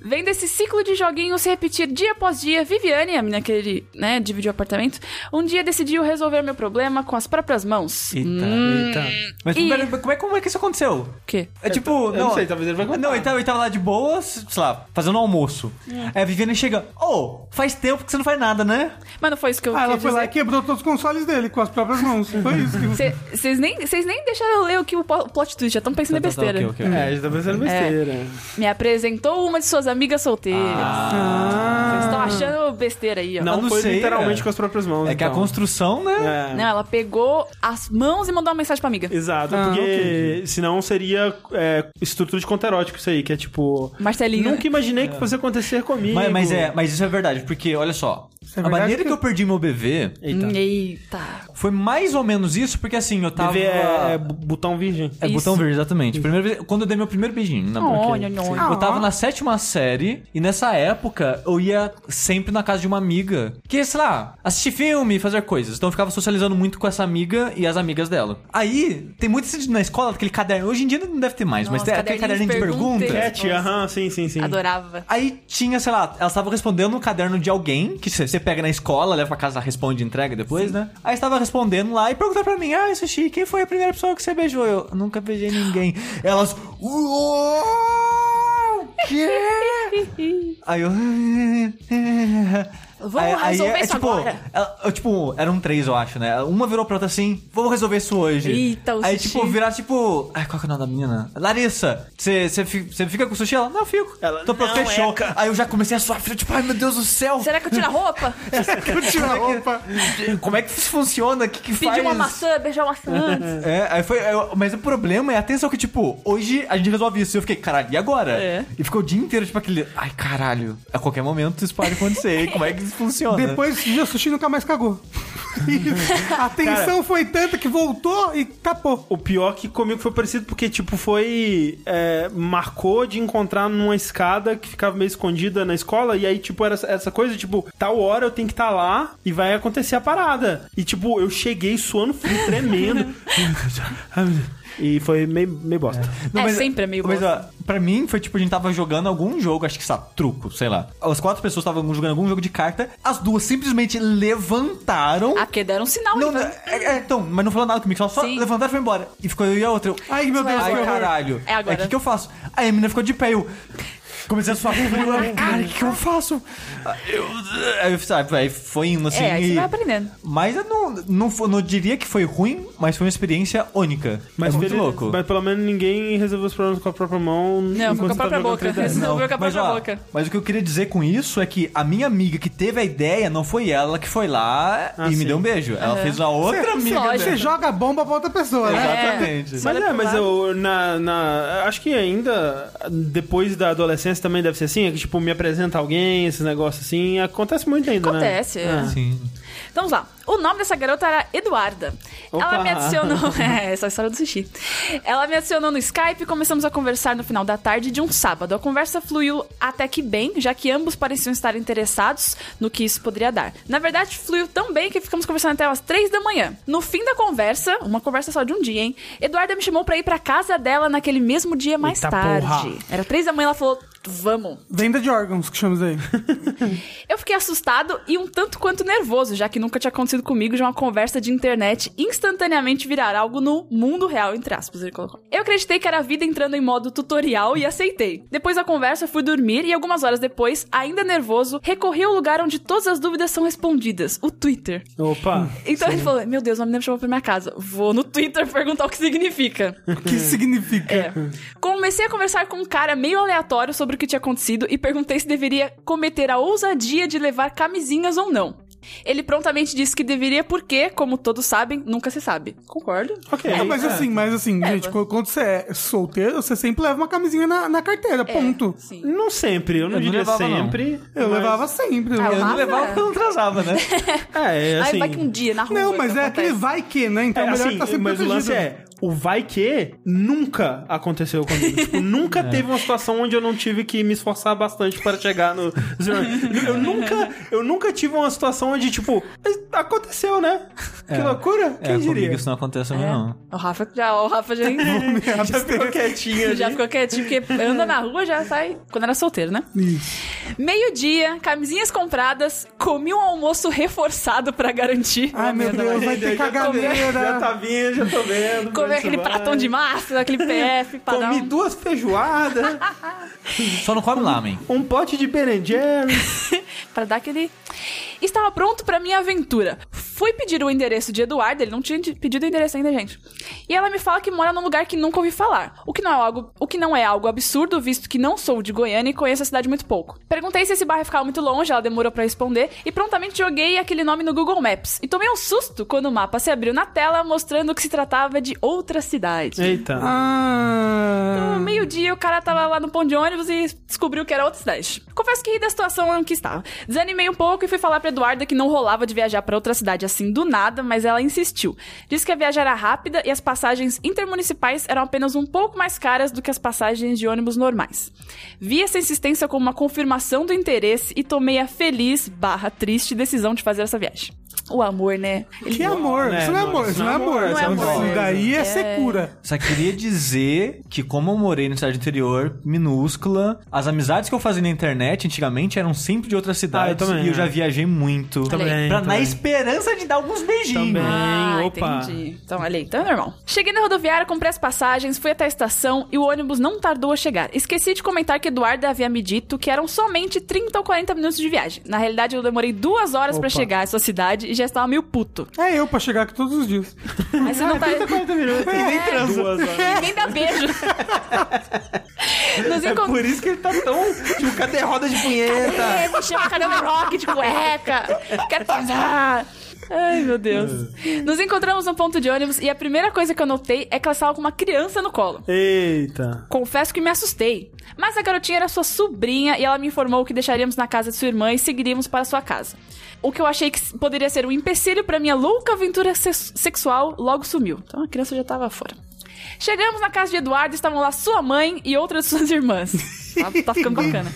[SPEAKER 1] Vendo esse ciclo de joguinhos se repetir dia após dia, Viviane, a menina que ele, né, dividiu o apartamento, um dia decidiu resolver meu problema com as próprias mãos.
[SPEAKER 3] Eita, eita. Mas
[SPEAKER 1] E-
[SPEAKER 3] pera, como, é, como é que isso aconteceu?
[SPEAKER 1] quê?
[SPEAKER 3] É tipo,
[SPEAKER 2] eu não sei, talvez ele vai contar.
[SPEAKER 3] Não, ele tava, ele tava lá de boa, sei lá, fazendo um almoço. Aí a Viviane chega, ô, faz tempo que você não faz nada, né?
[SPEAKER 1] Mas não foi É. isso que eu
[SPEAKER 4] Ah, ela
[SPEAKER 1] queria
[SPEAKER 4] foi lá e
[SPEAKER 1] dizer.
[SPEAKER 4] quebrou todos os consoles dele com as próprias mãos. Foi isso. que-
[SPEAKER 1] Cê- Vocês nem, vocês nem deixaram eu ler o que o po- o plot twist, já estão pensando em
[SPEAKER 3] Tá, tá, tá,
[SPEAKER 1] besteira.
[SPEAKER 3] ok, ok, ok.
[SPEAKER 2] É, já tá pensando besteira.
[SPEAKER 1] Me apresentou uma de suas amigas solteiras.
[SPEAKER 3] Ah.
[SPEAKER 1] Vocês estão achando besteira aí, ó.
[SPEAKER 2] Não,
[SPEAKER 3] Eu não
[SPEAKER 2] foi
[SPEAKER 3] sei,
[SPEAKER 2] literalmente
[SPEAKER 3] é.
[SPEAKER 2] com as próprias mãos.
[SPEAKER 3] É que a
[SPEAKER 2] então.
[SPEAKER 3] construção, né?
[SPEAKER 2] É.
[SPEAKER 1] Não, ela pegou as mãos e mandou uma mensagem pra amiga.
[SPEAKER 2] Exato,
[SPEAKER 4] Ah,
[SPEAKER 2] porque
[SPEAKER 4] ok.
[SPEAKER 2] senão seria é, estrutura de conto erótico isso aí, que é tipo...
[SPEAKER 1] Marcelinho.
[SPEAKER 2] Nunca imaginei que fosse acontecer comigo.
[SPEAKER 3] Mas, mas é, mas isso é verdade, porque olha só,
[SPEAKER 4] Isso é
[SPEAKER 3] a
[SPEAKER 4] verdade
[SPEAKER 3] maneira
[SPEAKER 4] que-
[SPEAKER 3] que eu perdi meu bebê
[SPEAKER 2] Eita.
[SPEAKER 1] Eita.
[SPEAKER 3] foi mais ou menos isso, porque assim, eu tava.
[SPEAKER 2] TV é, é bu- botão virgem.
[SPEAKER 3] É
[SPEAKER 1] Isso.
[SPEAKER 3] botão verde, exatamente. Primeira vez, quando eu dei meu primeiro beijinho
[SPEAKER 1] Tá
[SPEAKER 3] na boca.
[SPEAKER 1] Olha, olha.
[SPEAKER 3] Eu tava na sétima série e nessa época eu ia sempre na casa de uma amiga que, sei lá, assistir filme, fazer coisas. Então eu ficava socializando muito com essa amiga e as amigas dela. Aí, tem muito esse- na escola, aquele caderno. Hoje em dia não deve ter mais, mas
[SPEAKER 1] Nossa,
[SPEAKER 3] tem aquele
[SPEAKER 1] caderninho
[SPEAKER 3] caderninho
[SPEAKER 1] de
[SPEAKER 3] de pergunta.
[SPEAKER 1] perguntas. É.
[SPEAKER 2] Cat, aham, sim, sim, sim.
[SPEAKER 1] Adorava.
[SPEAKER 3] Aí tinha, sei lá, elas estavam respondendo um caderno de alguém, que você pega na escola, leva pra casa, responde e entrega depois, né? Aí estava respondendo lá e perguntaram pra mim, ah, Sushi, quem foi a primeira pessoa que você beijou? Eu nunca beijei ninguém. Elas. "Uou, Quê? Aí eu.
[SPEAKER 1] Vamos
[SPEAKER 3] Aí- aí
[SPEAKER 1] resolver
[SPEAKER 3] é,
[SPEAKER 1] isso
[SPEAKER 3] tipo,
[SPEAKER 1] agora.
[SPEAKER 3] ela- eu, tipo, eram três, eu acho, né? Uma virou pra outra assim, vamos resolver isso hoje.
[SPEAKER 1] Eita, o
[SPEAKER 3] Aí,
[SPEAKER 1] Sushi.
[SPEAKER 3] tipo, virar, tipo. Ai, qual que é o nome da menina? Larissa, você fi- você fica com o sushi? Ela, não, fico.
[SPEAKER 2] Ela,
[SPEAKER 3] Tô pronto,
[SPEAKER 2] "Não,
[SPEAKER 3] fechou.
[SPEAKER 2] Eca."
[SPEAKER 3] Aí eu já comecei a suar frio, tipo, ai meu Deus do céu.
[SPEAKER 1] Será que eu tiro a roupa?
[SPEAKER 4] Eu tiro a roupa.
[SPEAKER 3] Como é que isso funciona? O que, que faz?
[SPEAKER 1] Pedir uma maçã, beijar uma maçã antes.
[SPEAKER 3] É, aí foi. eu- mas o problema é, atenção, que tipo, hoje a gente resolve isso. E eu fiquei, caralho, e agora?
[SPEAKER 1] É.
[SPEAKER 3] E ficou o dia inteiro, tipo, aquele. Ai, caralho, a qualquer momento isso pode acontecer. hein? Como é que isso funciona?
[SPEAKER 4] Depois disso, o sushi nunca mais cagou. a tensão foi tanta que voltou e tapou.
[SPEAKER 2] O pior que comigo foi parecido, porque, tipo, foi. é, marcou de encontrar numa escada que ficava meio escondida na escola. E aí, tipo, era essa- essa coisa, tipo, tal hora eu tenho que estar lá e vai acontecer a parada. E, tipo, eu cheguei suando frio, tremendo. e foi meio, meio bosta.
[SPEAKER 1] É, sempre é meio
[SPEAKER 3] Mas
[SPEAKER 1] bosta.
[SPEAKER 3] ó, pra mim foi tipo, a gente tava jogando algum jogo, acho que sabe, truco, sei lá. As quatro pessoas estavam jogando algum jogo de carta, as duas simplesmente levantaram.
[SPEAKER 1] Ah, porque deram um sinal.
[SPEAKER 3] Não,
[SPEAKER 1] então.
[SPEAKER 3] é, é, então, mas não falou nada comigo, só, só
[SPEAKER 1] Sim.
[SPEAKER 3] levantaram e foi embora. E ficou eu e a outra. Eu,
[SPEAKER 4] Ai, meu Deus,
[SPEAKER 3] Ai,
[SPEAKER 4] que horror.
[SPEAKER 3] caralho.
[SPEAKER 1] É agora.
[SPEAKER 3] O que, que eu faço? Aí a menina ficou de pé, eu. Comecei a suar frio, eu, cara, o que, que eu faço? Eu, aí eu, sabe, aí foi indo assim.
[SPEAKER 1] é, aí você
[SPEAKER 3] e-
[SPEAKER 1] vai aprendendo.
[SPEAKER 3] Mas eu não, não, fo- não diria que foi ruim, mas foi uma experiência única. Mas é muito
[SPEAKER 2] pelo-
[SPEAKER 3] louco.
[SPEAKER 2] Mas pelo menos ninguém resolveu os problemas com a própria mão.
[SPEAKER 1] Não, foi com
[SPEAKER 2] enquanto
[SPEAKER 1] a
[SPEAKER 2] você tá
[SPEAKER 1] própria
[SPEAKER 2] jogando
[SPEAKER 1] boca.
[SPEAKER 2] 3DS.
[SPEAKER 1] Não, viu com a própria
[SPEAKER 3] ó,
[SPEAKER 1] boca.
[SPEAKER 3] mas o que eu queria dizer com isso é que a minha amiga que teve a ideia não foi ela que foi lá
[SPEAKER 2] Ah,
[SPEAKER 3] e
[SPEAKER 2] sim.
[SPEAKER 3] me deu um beijo. Ela fez a outra amiga.
[SPEAKER 1] lógico.
[SPEAKER 4] Você
[SPEAKER 3] dela.
[SPEAKER 4] joga a bomba pra outra
[SPEAKER 1] É.
[SPEAKER 4] pessoa, né?
[SPEAKER 3] Exatamente.
[SPEAKER 1] Só
[SPEAKER 2] Mas
[SPEAKER 1] olha
[SPEAKER 2] é,
[SPEAKER 1] pro
[SPEAKER 2] mas
[SPEAKER 1] lado.
[SPEAKER 2] eu na, na- Acho que ainda depois da adolescência também deve ser assim, é que tipo, me apresenta alguém, esses negócios assim, acontece muito ainda,
[SPEAKER 1] Acontece,
[SPEAKER 2] né?
[SPEAKER 1] é.
[SPEAKER 3] Sim.
[SPEAKER 1] Então vamos lá. O nome dessa garota era Eduarda. Ela
[SPEAKER 2] Opa!
[SPEAKER 1] me adicionou. é, essa é a história do sushi. Ela me adicionou no Skype e começamos a conversar no final da tarde de um sábado. A conversa fluiu até que bem, já que ambos pareciam estar interessados no que isso poderia dar. Na verdade, fluiu tão bem que ficamos conversando até umas três da manhã. No fim da conversa, uma conversa só de um dia, hein? Eduarda me chamou pra ir pra casa dela naquele mesmo dia mais
[SPEAKER 2] Eita
[SPEAKER 1] tarde.
[SPEAKER 2] porra!
[SPEAKER 1] Era três da manhã, ela falou: vamos.
[SPEAKER 4] Venda de órgãos, que chamamos aí.
[SPEAKER 1] Eu fiquei assustado e um tanto quanto nervoso, já que nunca tinha acontecido comigo de uma conversa de internet instantaneamente virar algo no mundo real, entre aspas, ele colocou. Eu acreditei que era a vida entrando em modo tutorial e aceitei. Depois da conversa, fui dormir e algumas horas depois, ainda nervoso, recorri ao lugar onde todas as dúvidas são respondidas, o Twitter.
[SPEAKER 2] Opa!
[SPEAKER 1] Então ele falou, meu Deus, uma menina me chamou pra minha casa. Vou no Twitter perguntar o que significa.
[SPEAKER 4] O que significa?
[SPEAKER 1] É. Comecei a conversar com um cara meio aleatório sobre o que tinha acontecido e perguntei se deveria cometer a ousadia de levar camisinhas ou não. Ele prontamente disse que deveria porque, como todos sabem, nunca se sabe. Concordo.
[SPEAKER 2] Ok.
[SPEAKER 4] Ah, mas
[SPEAKER 2] é.
[SPEAKER 4] assim, mas assim, gente, quando quando você é solteiro, você sempre leva uma camisinha na, na carteira, ponto.
[SPEAKER 1] É, Sim.
[SPEAKER 2] Não sempre, eu não
[SPEAKER 3] Eu não
[SPEAKER 2] diria
[SPEAKER 3] levava, não.
[SPEAKER 2] sempre.
[SPEAKER 4] Eu
[SPEAKER 2] mas-
[SPEAKER 4] levava sempre.
[SPEAKER 1] Ah,
[SPEAKER 4] né?
[SPEAKER 3] Eu não
[SPEAKER 1] Massa.
[SPEAKER 3] levava porque eu não transava, né?
[SPEAKER 2] É, é assim.
[SPEAKER 1] Aí vai que um dia na rua.
[SPEAKER 4] Não, mas
[SPEAKER 1] que
[SPEAKER 4] é
[SPEAKER 1] acontece.
[SPEAKER 4] aquele vai que, né? Então
[SPEAKER 2] É,
[SPEAKER 4] melhor
[SPEAKER 2] assim,
[SPEAKER 4] tá sempre
[SPEAKER 2] mas o lance
[SPEAKER 4] protegido.
[SPEAKER 2] é, o vai que nunca aconteceu comigo. tipo, nunca teve uma situação onde eu não tive que me esforçar bastante para chegar no. Eu nunca, eu nunca tive uma situação onde, tipo, "Mas aconteceu, né? Que loucura?
[SPEAKER 3] É,
[SPEAKER 2] Quem diria?
[SPEAKER 3] comigo isso não acontece mesmo, não.
[SPEAKER 1] É. O Rafa já, o Rafa já,
[SPEAKER 2] Já ficou quietinha.
[SPEAKER 1] já
[SPEAKER 2] ali.
[SPEAKER 1] ficou quietinho, porque anda na rua, já sai. Quando era solteiro, né? Meio-dia, camisinhas compradas, comi um almoço reforçado pra garantir.
[SPEAKER 4] Ai, meu Deus, vai ter
[SPEAKER 2] tá Já tá
[SPEAKER 4] caganeira.
[SPEAKER 2] vindo, já tô vendo.
[SPEAKER 1] Comer aquele pratão de massa, aquele PF, padrão.
[SPEAKER 2] Comi duas feijoadas,
[SPEAKER 3] Só não come lamen.
[SPEAKER 2] um pote de Ben Jerry's.
[SPEAKER 1] Pra dar aquele. Estava pronto pra minha aventura. Fui pedir o endereço de Eduardo, ele não tinha de- pedido o endereço ainda, gente. E ela me fala que mora num lugar que nunca ouvi falar. O que não é algo, o que não é algo absurdo, visto que não sou de Goiânia e conheço a cidade muito pouco. Perguntei se esse bairro ficava muito longe, ela demorou pra responder e prontamente joguei aquele nome no Google Maps. E tomei um susto quando o mapa se abriu na tela mostrando que se tratava de outra cidade.
[SPEAKER 2] Eita.
[SPEAKER 1] Então,
[SPEAKER 4] Ah,
[SPEAKER 1] meio-dia, o cara tava lá no pão de ônibus e descobriu que era outra cidade. Confesso que ri da situação em que estava. Desanimei um pouco e fui falar pra Eduarda que não rolava de viajar pra outra cidade assim do nada, mas ela insistiu. Disse que a viagem era rápida e as passagens intermunicipais eram apenas um pouco mais caras do que as passagens de ônibus normais. Vi essa insistência como uma confirmação do interesse e tomei a feliz barra triste decisão de fazer essa viagem. O amor, né?
[SPEAKER 4] que amor. Isso não é amor, isso não é amor.
[SPEAKER 2] isso
[SPEAKER 1] é amor.
[SPEAKER 4] Isso daí é secura.
[SPEAKER 3] Só queria dizer que, como eu morei na cidade interior, minúscula, as amizades que eu fazia na internet antigamente eram sempre de outras cidades.
[SPEAKER 2] também,
[SPEAKER 3] e eu
[SPEAKER 2] é.
[SPEAKER 3] já viajei muito.
[SPEAKER 1] Também,
[SPEAKER 3] Pra, Na
[SPEAKER 2] também.
[SPEAKER 3] esperança de dar alguns beijinhos.
[SPEAKER 2] Também.
[SPEAKER 1] Ah,
[SPEAKER 2] opa.
[SPEAKER 1] entendi. Então, olha aí, então é normal. Cheguei na rodoviária, comprei as passagens, fui até a estação e o ônibus não tardou a chegar. Esqueci de comentar que Eduardo havia me dito que eram somente 30 ou 40 minutos de viagem. Na realidade, eu demorei duas horas pra
[SPEAKER 2] Opa.
[SPEAKER 1] chegar à sua cidade e já estava meio puto.
[SPEAKER 4] É eu pra chegar aqui todos os dias.
[SPEAKER 1] Mas você não tá...
[SPEAKER 4] assim,
[SPEAKER 1] É,
[SPEAKER 2] E nem transa.
[SPEAKER 1] Ninguém dá beijo. Nos
[SPEAKER 2] É
[SPEAKER 1] encont-
[SPEAKER 2] por isso que ele tá tão. Tipo, cadê roda de punheta?
[SPEAKER 1] É, me chama cadê meu rock de cueca? Quero transar. Ai, meu Deus. Nos encontramos no ponto de ônibus e a primeira coisa que eu notei é que ela estava com uma criança no colo.
[SPEAKER 2] Eita.
[SPEAKER 1] Confesso que me assustei. Mas a garotinha era sua sobrinha e ela me informou que deixaríamos na casa de sua irmã e seguiríamos para sua casa. O que eu achei que s- poderia ser um empecilho para minha louca aventura sex- sexual logo sumiu. Então a criança já estava fora. Chegamos na casa de Eduardo e estavam lá sua mãe e outra de suas irmãs. Tá, tá ficando bacana.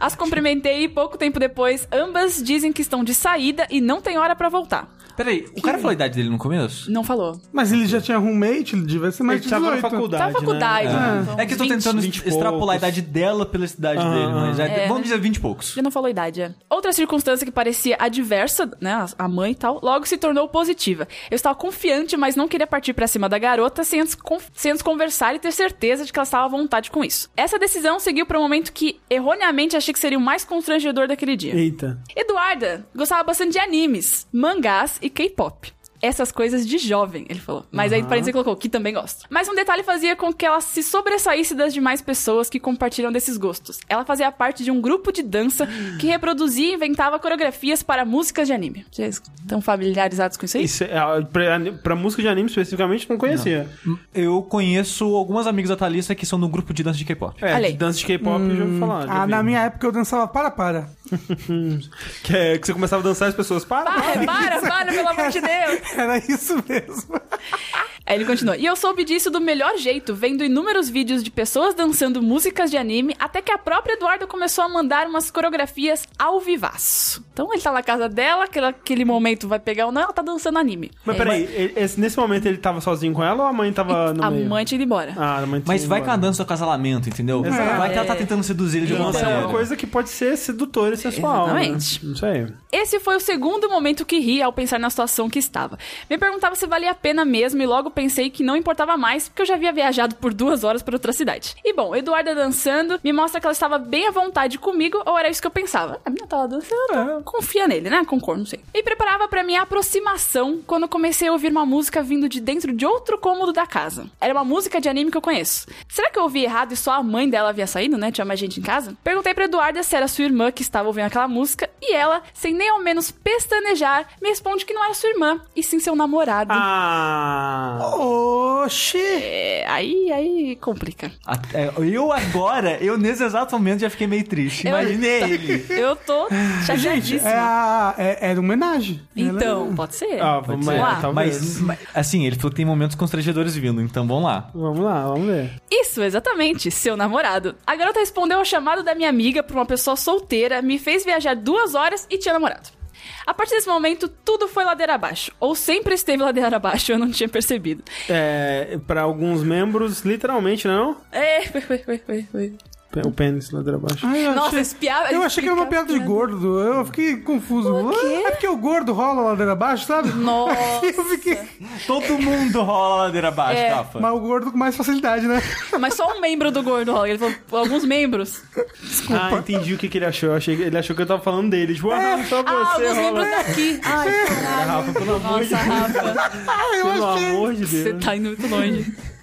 [SPEAKER 1] As cumprimentei e pouco tempo depois, ambas dizem que estão de saída e não tem hora para voltar.
[SPEAKER 3] Peraí, o cara falou a idade dele no começo?
[SPEAKER 1] Não falou.
[SPEAKER 4] Mas ele já tinha roommate, ele devia ser mais
[SPEAKER 2] Ele
[SPEAKER 4] de
[SPEAKER 2] tava na
[SPEAKER 4] 18.
[SPEAKER 1] Tá na
[SPEAKER 2] faculdade.
[SPEAKER 1] faculdade.
[SPEAKER 2] Né?
[SPEAKER 1] né? Então,
[SPEAKER 3] É que eu tô
[SPEAKER 1] 20.
[SPEAKER 3] tentando
[SPEAKER 2] vinte e
[SPEAKER 3] extrapolar a
[SPEAKER 2] poucos.
[SPEAKER 3] idade dela pela idade
[SPEAKER 2] Aham,
[SPEAKER 3] dele, mas já-
[SPEAKER 1] É,
[SPEAKER 3] vamos
[SPEAKER 1] né?
[SPEAKER 3] dizer 20 e poucos.
[SPEAKER 1] Ele não falou a idade, é. Outra circunstância que parecia adversa, né, a- a mãe e tal, logo se tornou positiva. Eu estava confiante, mas não queria partir pra cima da garota sem antes, con- sem antes conversar e ter certeza de que ela estava à vontade com isso. Essa decisão seguiu para um momento que, erroneamente, achei que seria o mais constrangedor daquele dia.
[SPEAKER 2] Eita.
[SPEAKER 1] Eduarda gostava bastante de animes, mangás e K-pop. Essas coisas de jovem, ele falou. Mas aí, parênteses, ele colocou que também gosta. Mas um detalhe fazia com que ela se sobressaísse das demais pessoas que compartilham desses gostos. Ela fazia parte de um grupo de dança que reproduzia e inventava coreografias para músicas de anime. Vocês estão familiarizados com isso aí?
[SPEAKER 2] Isso, é, pra, pra música de anime especificamente, não conhecia.
[SPEAKER 3] Eu conheço algumas amigas da Thalissa que são no grupo de dança de K-pop.
[SPEAKER 2] É,
[SPEAKER 1] Olha
[SPEAKER 2] de
[SPEAKER 1] aí.
[SPEAKER 2] dança de K-pop eu já ouvi falar. já
[SPEAKER 4] Ah,
[SPEAKER 2] vi.
[SPEAKER 4] na minha época eu dançava para-para.
[SPEAKER 2] que, é, que você começava a dançar as pessoas. Para,
[SPEAKER 1] Para, para, para, pelo amor de Deus!
[SPEAKER 4] Era isso mesmo.
[SPEAKER 1] Aí ele continua. E eu soube disso do melhor jeito, vendo inúmeros vídeos de pessoas dançando músicas de anime, até que a própria Eduarda começou a mandar umas coreografias ao vivaço. Então ele tá na casa dela, aquele, aquele momento vai pegar ou não, ela tá dançando anime.
[SPEAKER 2] Mas
[SPEAKER 1] É,
[SPEAKER 2] peraí, ele- esse- nesse momento ele tava sozinho com ela ou a mãe tava no
[SPEAKER 1] A
[SPEAKER 2] meio?
[SPEAKER 1] mãe tinha ido embora.
[SPEAKER 2] Ah, a mãe tinha
[SPEAKER 3] Mas
[SPEAKER 2] ido
[SPEAKER 3] vai com a
[SPEAKER 2] embora.
[SPEAKER 3] dança do acasalamento, entendeu?
[SPEAKER 2] Exato.
[SPEAKER 3] Vai que ela tá tentando seduzir ele de alguma
[SPEAKER 2] Dança é
[SPEAKER 3] maneira.
[SPEAKER 2] uma coisa que pode ser sedutora e sensual.
[SPEAKER 1] Exatamente.
[SPEAKER 2] Né? Não sei.
[SPEAKER 1] Esse foi o segundo momento que ri ao pensar na situação que estava. Me perguntava se valia a pena mesmo e logo pensei que não importava mais, porque eu já havia viajado por duas horas para outra cidade. E bom, Eduarda dançando me mostra que ela estava bem à vontade comigo, ou era isso que eu pensava? A minha tava dançando, confia nele, né? Concordo, não sei. E preparava para minha aproximação quando comecei a ouvir uma música vindo de dentro de outro cômodo da casa. Era uma música de anime que eu conheço. Será que eu ouvi errado e só a mãe dela havia saído, né? Tinha mais gente em casa? Perguntei pra Eduarda se era sua irmã que estava ouvindo aquela música e ela, sem nem ao menos pestanejar, me responde que não era sua irmã, e sim seu namorado.
[SPEAKER 2] Ah!
[SPEAKER 4] Oxi!
[SPEAKER 1] É, aí, aí complica.
[SPEAKER 3] Até- é, Eu agora, eu nesse exato momento já fiquei meio triste.
[SPEAKER 1] Eu-
[SPEAKER 3] Imaginei
[SPEAKER 1] tá.
[SPEAKER 3] ele.
[SPEAKER 1] Eu tô chateadíssima.
[SPEAKER 4] É a, é, era uma homenagem. é
[SPEAKER 1] Então, pode ser.
[SPEAKER 2] Ah,
[SPEAKER 3] Pode
[SPEAKER 2] vamos
[SPEAKER 3] ser.
[SPEAKER 1] lá.
[SPEAKER 2] talvez.
[SPEAKER 3] Mas, mas, assim, ele falou que tem momentos constrangedores vindo, então vamos lá.
[SPEAKER 2] Vamos lá, vamos ver.
[SPEAKER 1] Isso, exatamente, seu namorado. A garota respondeu ao chamado da minha amiga por uma pessoa solteira, me fez viajar duas horas e tinha namorado. A partir desse momento, tudo foi ladeira abaixo. Ou sempre esteve ladeira abaixo, eu não tinha percebido.
[SPEAKER 2] É, pra alguns membros, literalmente, né, não?
[SPEAKER 1] É, foi, foi, foi, foi, foi.
[SPEAKER 2] P- O pênis lá de baixo.
[SPEAKER 4] Ai, eu
[SPEAKER 1] Nossa,
[SPEAKER 4] achei-
[SPEAKER 1] esse piada.
[SPEAKER 4] Eu achei que era uma piada de gordo, eu fiquei confuso.
[SPEAKER 1] quê?
[SPEAKER 4] Ah, É porque o gordo rola a ladeira abaixo, sabe?
[SPEAKER 1] Nossa.
[SPEAKER 4] Eu fiquei.
[SPEAKER 3] Todo mundo rola a ladeira abaixo,
[SPEAKER 1] É.
[SPEAKER 3] Rafa.
[SPEAKER 4] Mas o gordo com mais facilidade, né?
[SPEAKER 1] Mas só um membro do gordo rola. Ele falou, alguns membros.
[SPEAKER 2] Ah, entendi o que, que ele achou. Eu achei que- ele achou que eu tava falando dele. Tipo, ah,
[SPEAKER 1] Ah,
[SPEAKER 2] só você
[SPEAKER 1] alguns
[SPEAKER 2] rola.
[SPEAKER 1] membros daqui. Ai,
[SPEAKER 2] Rafa, pelo amor de
[SPEAKER 1] nossa, Rafa.
[SPEAKER 4] Ah, eu
[SPEAKER 2] Pelo
[SPEAKER 4] achei.
[SPEAKER 2] amor de
[SPEAKER 1] Você
[SPEAKER 2] Deus.
[SPEAKER 1] tá indo muito longe.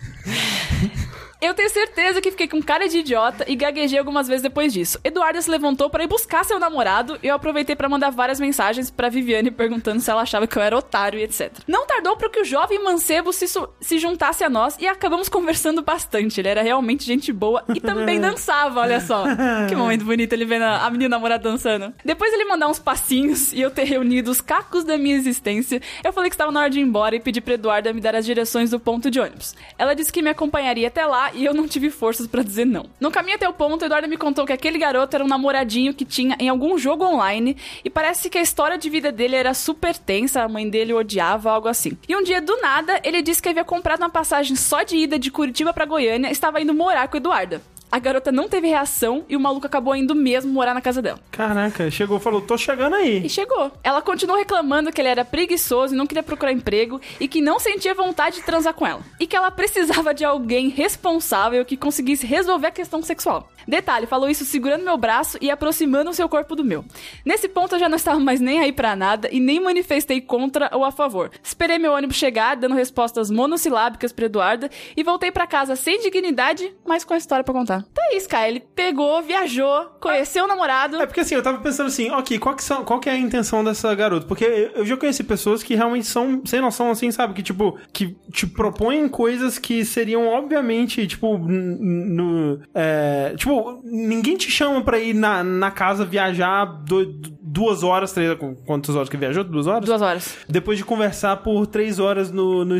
[SPEAKER 1] Eu tenho certeza que fiquei com cara de idiota e gaguejei algumas vezes depois disso. Eduardo se levantou pra ir buscar seu namorado e eu aproveitei pra mandar várias mensagens pra Viviane perguntando se ela achava que eu era otário e etc. Não tardou pra que o jovem mancebo se, su- se juntasse a nós e acabamos conversando bastante. Ele era realmente gente boa e também dançava, olha só. Que momento bonito ele vendo a a menina namorada dançando. Depois ele mandar uns passinhos e eu ter reunido os cacos da minha existência, eu falei que estava na hora de ir embora e pedi pra Eduarda me dar as direções do ponto de ônibus. Ela disse que me acompanharia até lá e eu não tive forças pra dizer não. No caminho até o ponto, Eduarda me contou que aquele garoto era um namoradinho que tinha em algum jogo online e parece que a história de vida dele era super tensa, a mãe dele o odiava, algo assim. E um dia, do nada, ele disse que havia comprado uma passagem só de ida de Curitiba pra Goiânia e estava indo morar com Eduarda. A garota não teve reação e o maluco acabou indo mesmo morar na casa dela.
[SPEAKER 2] Caraca, chegou, falou, tô chegando aí.
[SPEAKER 1] E chegou. Ela continuou reclamando que ele era preguiçoso e não queria procurar emprego e que não sentia vontade de transar com ela. E que ela precisava de alguém responsável que conseguisse resolver a questão sexual. Detalhe, falou isso segurando meu braço e aproximando o seu corpo do meu. Nesse ponto eu já não estava mais nem aí pra nada e nem manifestei contra ou a favor. Esperei meu ônibus chegar, dando respostas monossilábicas pra Eduarda e voltei pra casa sem dignidade, mas com a história pra contar. Tá aí, Sky. Ele pegou, viajou, conheceu o namorado.
[SPEAKER 2] É porque assim, eu tava pensando assim, ok, qual que, são, qual que é a intenção dessa garota? Porque eu, eu já conheci pessoas que realmente são sem noção assim, sabe? Que tipo, que te propõem coisas que seriam obviamente, tipo, n- n- no. é, tipo, ninguém te chama pra ir na, na casa viajar do- du- duas horas, três. Quantas horas que viajou? Duas horas?
[SPEAKER 1] Duas horas.
[SPEAKER 2] Depois de conversar por três horas no, no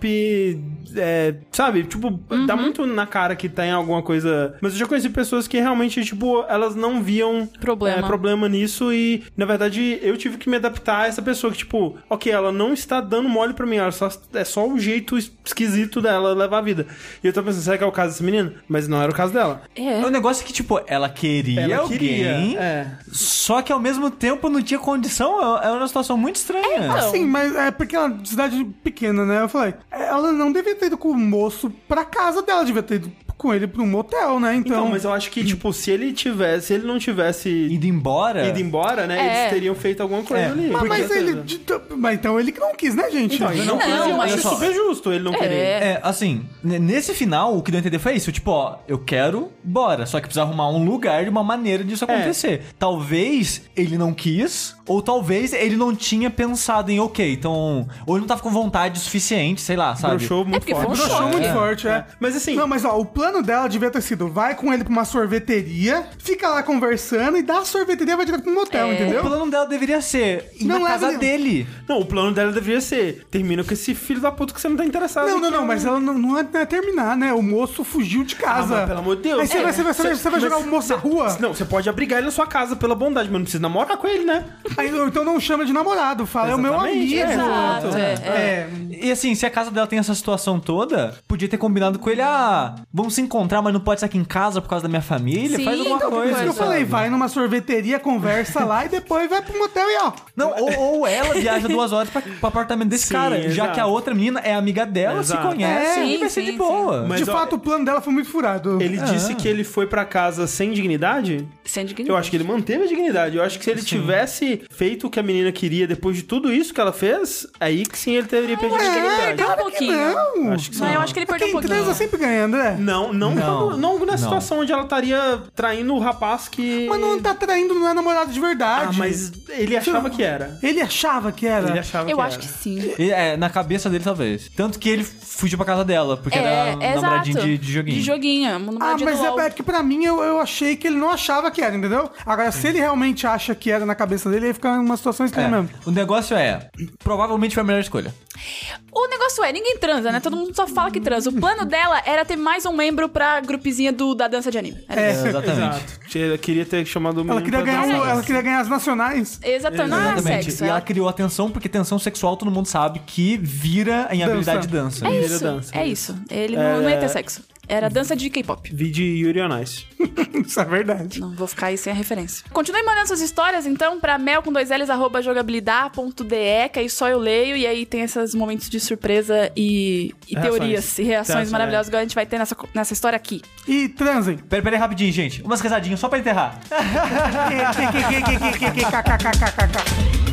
[SPEAKER 2] Skype, é, sabe? Tipo, dá muito na cara que tem alguma coisa. Mas eu já conheci pessoas que realmente, tipo, elas não viam
[SPEAKER 1] Problema.
[SPEAKER 2] é, problema nisso e, na verdade, eu tive que me adaptar a essa pessoa que, tipo, ok, ela não está dando mole pra mim, ela só, é só o jeito es- esquisito dela levar a vida. E eu tô pensando, será que é o caso dessa menina? Mas não era o caso dela.
[SPEAKER 1] É.
[SPEAKER 3] É um negócio que, tipo, ela queria
[SPEAKER 2] Ela
[SPEAKER 3] alguém,
[SPEAKER 2] queria, é.
[SPEAKER 3] só que ao mesmo tempo não tinha condição. É é uma situação muito estranha.
[SPEAKER 1] então.
[SPEAKER 4] Sim, mas é porque ela é de cidade pequena, né? Eu falei, ela não devia ter ido com o moço pra casa dela, devia ter ido com ele pra um motel, né? Então,
[SPEAKER 2] Então, mas eu acho que, tipo, se ele tivesse, se ele não tivesse
[SPEAKER 3] Indo embora.
[SPEAKER 2] ido embora, né?
[SPEAKER 1] É.
[SPEAKER 2] Eles teriam feito alguma coisa
[SPEAKER 3] É,
[SPEAKER 2] ali.
[SPEAKER 4] mas,
[SPEAKER 2] com
[SPEAKER 4] mas
[SPEAKER 2] certeza.
[SPEAKER 4] ele. de- Mas então ele que não quis, né, gente?
[SPEAKER 2] Então, ele não,
[SPEAKER 1] Não,
[SPEAKER 2] queria,
[SPEAKER 1] mas
[SPEAKER 2] mas é
[SPEAKER 1] só-
[SPEAKER 2] super justo ele não
[SPEAKER 1] É.
[SPEAKER 2] querer.
[SPEAKER 3] É, assim, n- nesse final, o que deu a entender foi isso. Tipo, ó, eu quero, bora. Só que precisa arrumar um lugar de uma maneira disso acontecer. Talvez ele não quis, ou talvez ele não tinha pensado em, ok, então... Ou ele não tava com vontade o suficiente, sei lá, sabe?
[SPEAKER 2] Broxou muito
[SPEAKER 1] porque foi um
[SPEAKER 2] forte.
[SPEAKER 1] choque.
[SPEAKER 4] Broxou muito
[SPEAKER 1] É,
[SPEAKER 4] forte, é.
[SPEAKER 2] Mas assim,
[SPEAKER 4] Não, mas ó, o plano dela devia ter sido: vai com ele pra uma sorveteria, fica lá conversando e da sorveteria vai direto pro
[SPEAKER 1] É.
[SPEAKER 4] motel,
[SPEAKER 3] O
[SPEAKER 4] entendeu?
[SPEAKER 3] plano dela deveria ser ir
[SPEAKER 4] Não
[SPEAKER 3] na
[SPEAKER 4] leva
[SPEAKER 3] casa
[SPEAKER 4] nenhum.
[SPEAKER 3] dele.
[SPEAKER 2] não, o plano dela deveria ser: termina com esse filho da puta que você não tá interessado.
[SPEAKER 4] Não, não,
[SPEAKER 2] Que é
[SPEAKER 4] não,
[SPEAKER 2] um-
[SPEAKER 4] mas ela não, não é não é terminar, né? O moço fugiu de casa.
[SPEAKER 2] Ah, mas pelo amor de Deus.
[SPEAKER 4] Aí você
[SPEAKER 2] É.
[SPEAKER 4] vai, você vai, você vai- você vai
[SPEAKER 2] Mas-
[SPEAKER 4] jogar o moço na rua?
[SPEAKER 2] Não, você pode abrigar ele na sua casa pela bondade, mas não precisa namorar com ele, né?
[SPEAKER 4] Aí, ou então não chama de namorado, fala, é o meu
[SPEAKER 2] Exatamente,
[SPEAKER 4] amigo.
[SPEAKER 1] exato, é,
[SPEAKER 4] É.
[SPEAKER 3] E assim, se a casa dela tem essa situação toda, podia ter combinado com ele, ah, vamos se encontrar, mas não pode ser aqui em casa por causa da minha família,
[SPEAKER 1] Sim,
[SPEAKER 3] faz alguma
[SPEAKER 1] então,
[SPEAKER 4] Por
[SPEAKER 3] coisa.
[SPEAKER 4] isso que eu
[SPEAKER 1] Pois é.
[SPEAKER 4] falei, vai numa sorveteria, conversa lá e depois vai pro motel e ó.
[SPEAKER 3] Não, ou, ou ela viaja duas horas pra, pro apartamento desse
[SPEAKER 2] Sim,
[SPEAKER 3] cara, já
[SPEAKER 2] exato.
[SPEAKER 3] que a outra menina é amiga dela,
[SPEAKER 2] Exato.
[SPEAKER 3] se conhece
[SPEAKER 1] É,
[SPEAKER 3] e vai
[SPEAKER 1] sim,
[SPEAKER 3] ser de
[SPEAKER 1] sim,
[SPEAKER 3] boa.
[SPEAKER 2] Mas,
[SPEAKER 4] de
[SPEAKER 2] ó,
[SPEAKER 4] fato, o plano dela foi muito furado.
[SPEAKER 2] Ele disse que ele foi pra casa sem dignidade.
[SPEAKER 1] Sem dignidade.
[SPEAKER 2] Eu acho que ele manteve a dignidade. Eu acho que se ele tivesse feito o que a menina queria depois de tudo isso que ela fez, aí que sim ele teria perdido a
[SPEAKER 1] que ele
[SPEAKER 4] É,
[SPEAKER 2] então,
[SPEAKER 1] perdeu um
[SPEAKER 4] claro que
[SPEAKER 1] pouquinho.
[SPEAKER 4] não.
[SPEAKER 3] Acho que sim.
[SPEAKER 1] Mas eu acho que ele perdeu um
[SPEAKER 4] Quem
[SPEAKER 1] pouquinho.
[SPEAKER 4] transa sempre né? ganha, André.
[SPEAKER 2] Não, não,
[SPEAKER 3] Não.
[SPEAKER 2] quando- não, na
[SPEAKER 3] Não.
[SPEAKER 2] situação onde ela estaria traindo o rapaz que.
[SPEAKER 4] Mas não tá traindo, não é namorado de verdade.
[SPEAKER 2] Ah, mas ele achava que era.
[SPEAKER 4] Ele achava que era.
[SPEAKER 2] Ele achava
[SPEAKER 1] Eu
[SPEAKER 2] que
[SPEAKER 1] acho
[SPEAKER 2] era.
[SPEAKER 1] que sim.
[SPEAKER 3] E, é, na cabeça dele, talvez. Tanto que ele fugiu pra casa dela, porque era um
[SPEAKER 1] É, é exato.
[SPEAKER 3] namoradinho de, de joguinho.
[SPEAKER 1] De joguinho.
[SPEAKER 4] Ah,
[SPEAKER 1] namoradinha
[SPEAKER 4] mas
[SPEAKER 1] do
[SPEAKER 4] é,
[SPEAKER 1] LOL.
[SPEAKER 4] é que pra mim eu, eu achei que ele não achava que era, entendeu? Agora, se ele realmente acha que era na cabeça dele, aí fica uma situação
[SPEAKER 3] É.
[SPEAKER 4] estranha mesmo.
[SPEAKER 3] O negócio é, provavelmente foi a melhor escolha.
[SPEAKER 1] O negócio é, ninguém transa, né? Todo mundo só fala que transa. O plano dela era ter mais um membro pra grupezinha do, da dança de anime. Era
[SPEAKER 4] É.
[SPEAKER 1] isso.
[SPEAKER 3] Exatamente.
[SPEAKER 2] Exato. Ela queria ter chamado o
[SPEAKER 4] Ela
[SPEAKER 2] menino
[SPEAKER 4] queria,
[SPEAKER 2] pra
[SPEAKER 4] ganhar
[SPEAKER 2] dançar.
[SPEAKER 4] o- ela queria ganhar as nacionais.
[SPEAKER 1] Exatamente. Não era
[SPEAKER 3] Exatamente.
[SPEAKER 1] Ah, sexo. é.
[SPEAKER 3] e ela
[SPEAKER 1] Ela...
[SPEAKER 3] criou atenção, porque tensão sexual todo mundo sabe que vira em habilidade de dança.
[SPEAKER 1] É
[SPEAKER 2] Ele
[SPEAKER 1] isso.
[SPEAKER 2] dança,
[SPEAKER 1] É
[SPEAKER 2] né?
[SPEAKER 1] isso. Ele não, não ia ter
[SPEAKER 2] É.
[SPEAKER 1] sexo. Era dança de K-pop.
[SPEAKER 2] Vi de Yuri on Ice.
[SPEAKER 4] Isso é verdade.
[SPEAKER 1] Não vou ficar aí sem a referência. Continue mandando suas histórias, então, pra mel com dois L's, arroba jogabilidar.de, que aí só eu leio, e aí tem esses momentos de surpresa e, e
[SPEAKER 2] Reações.
[SPEAKER 1] teorias e reações é.
[SPEAKER 2] Reações.
[SPEAKER 1] maravilhosas que a gente vai ter nessa, co- nessa história aqui.
[SPEAKER 4] E transem.
[SPEAKER 3] Pera, pera aí rapidinho, gente. Umas risadinhas só pra enterrar.
[SPEAKER 4] KKKKKKKKKKKK.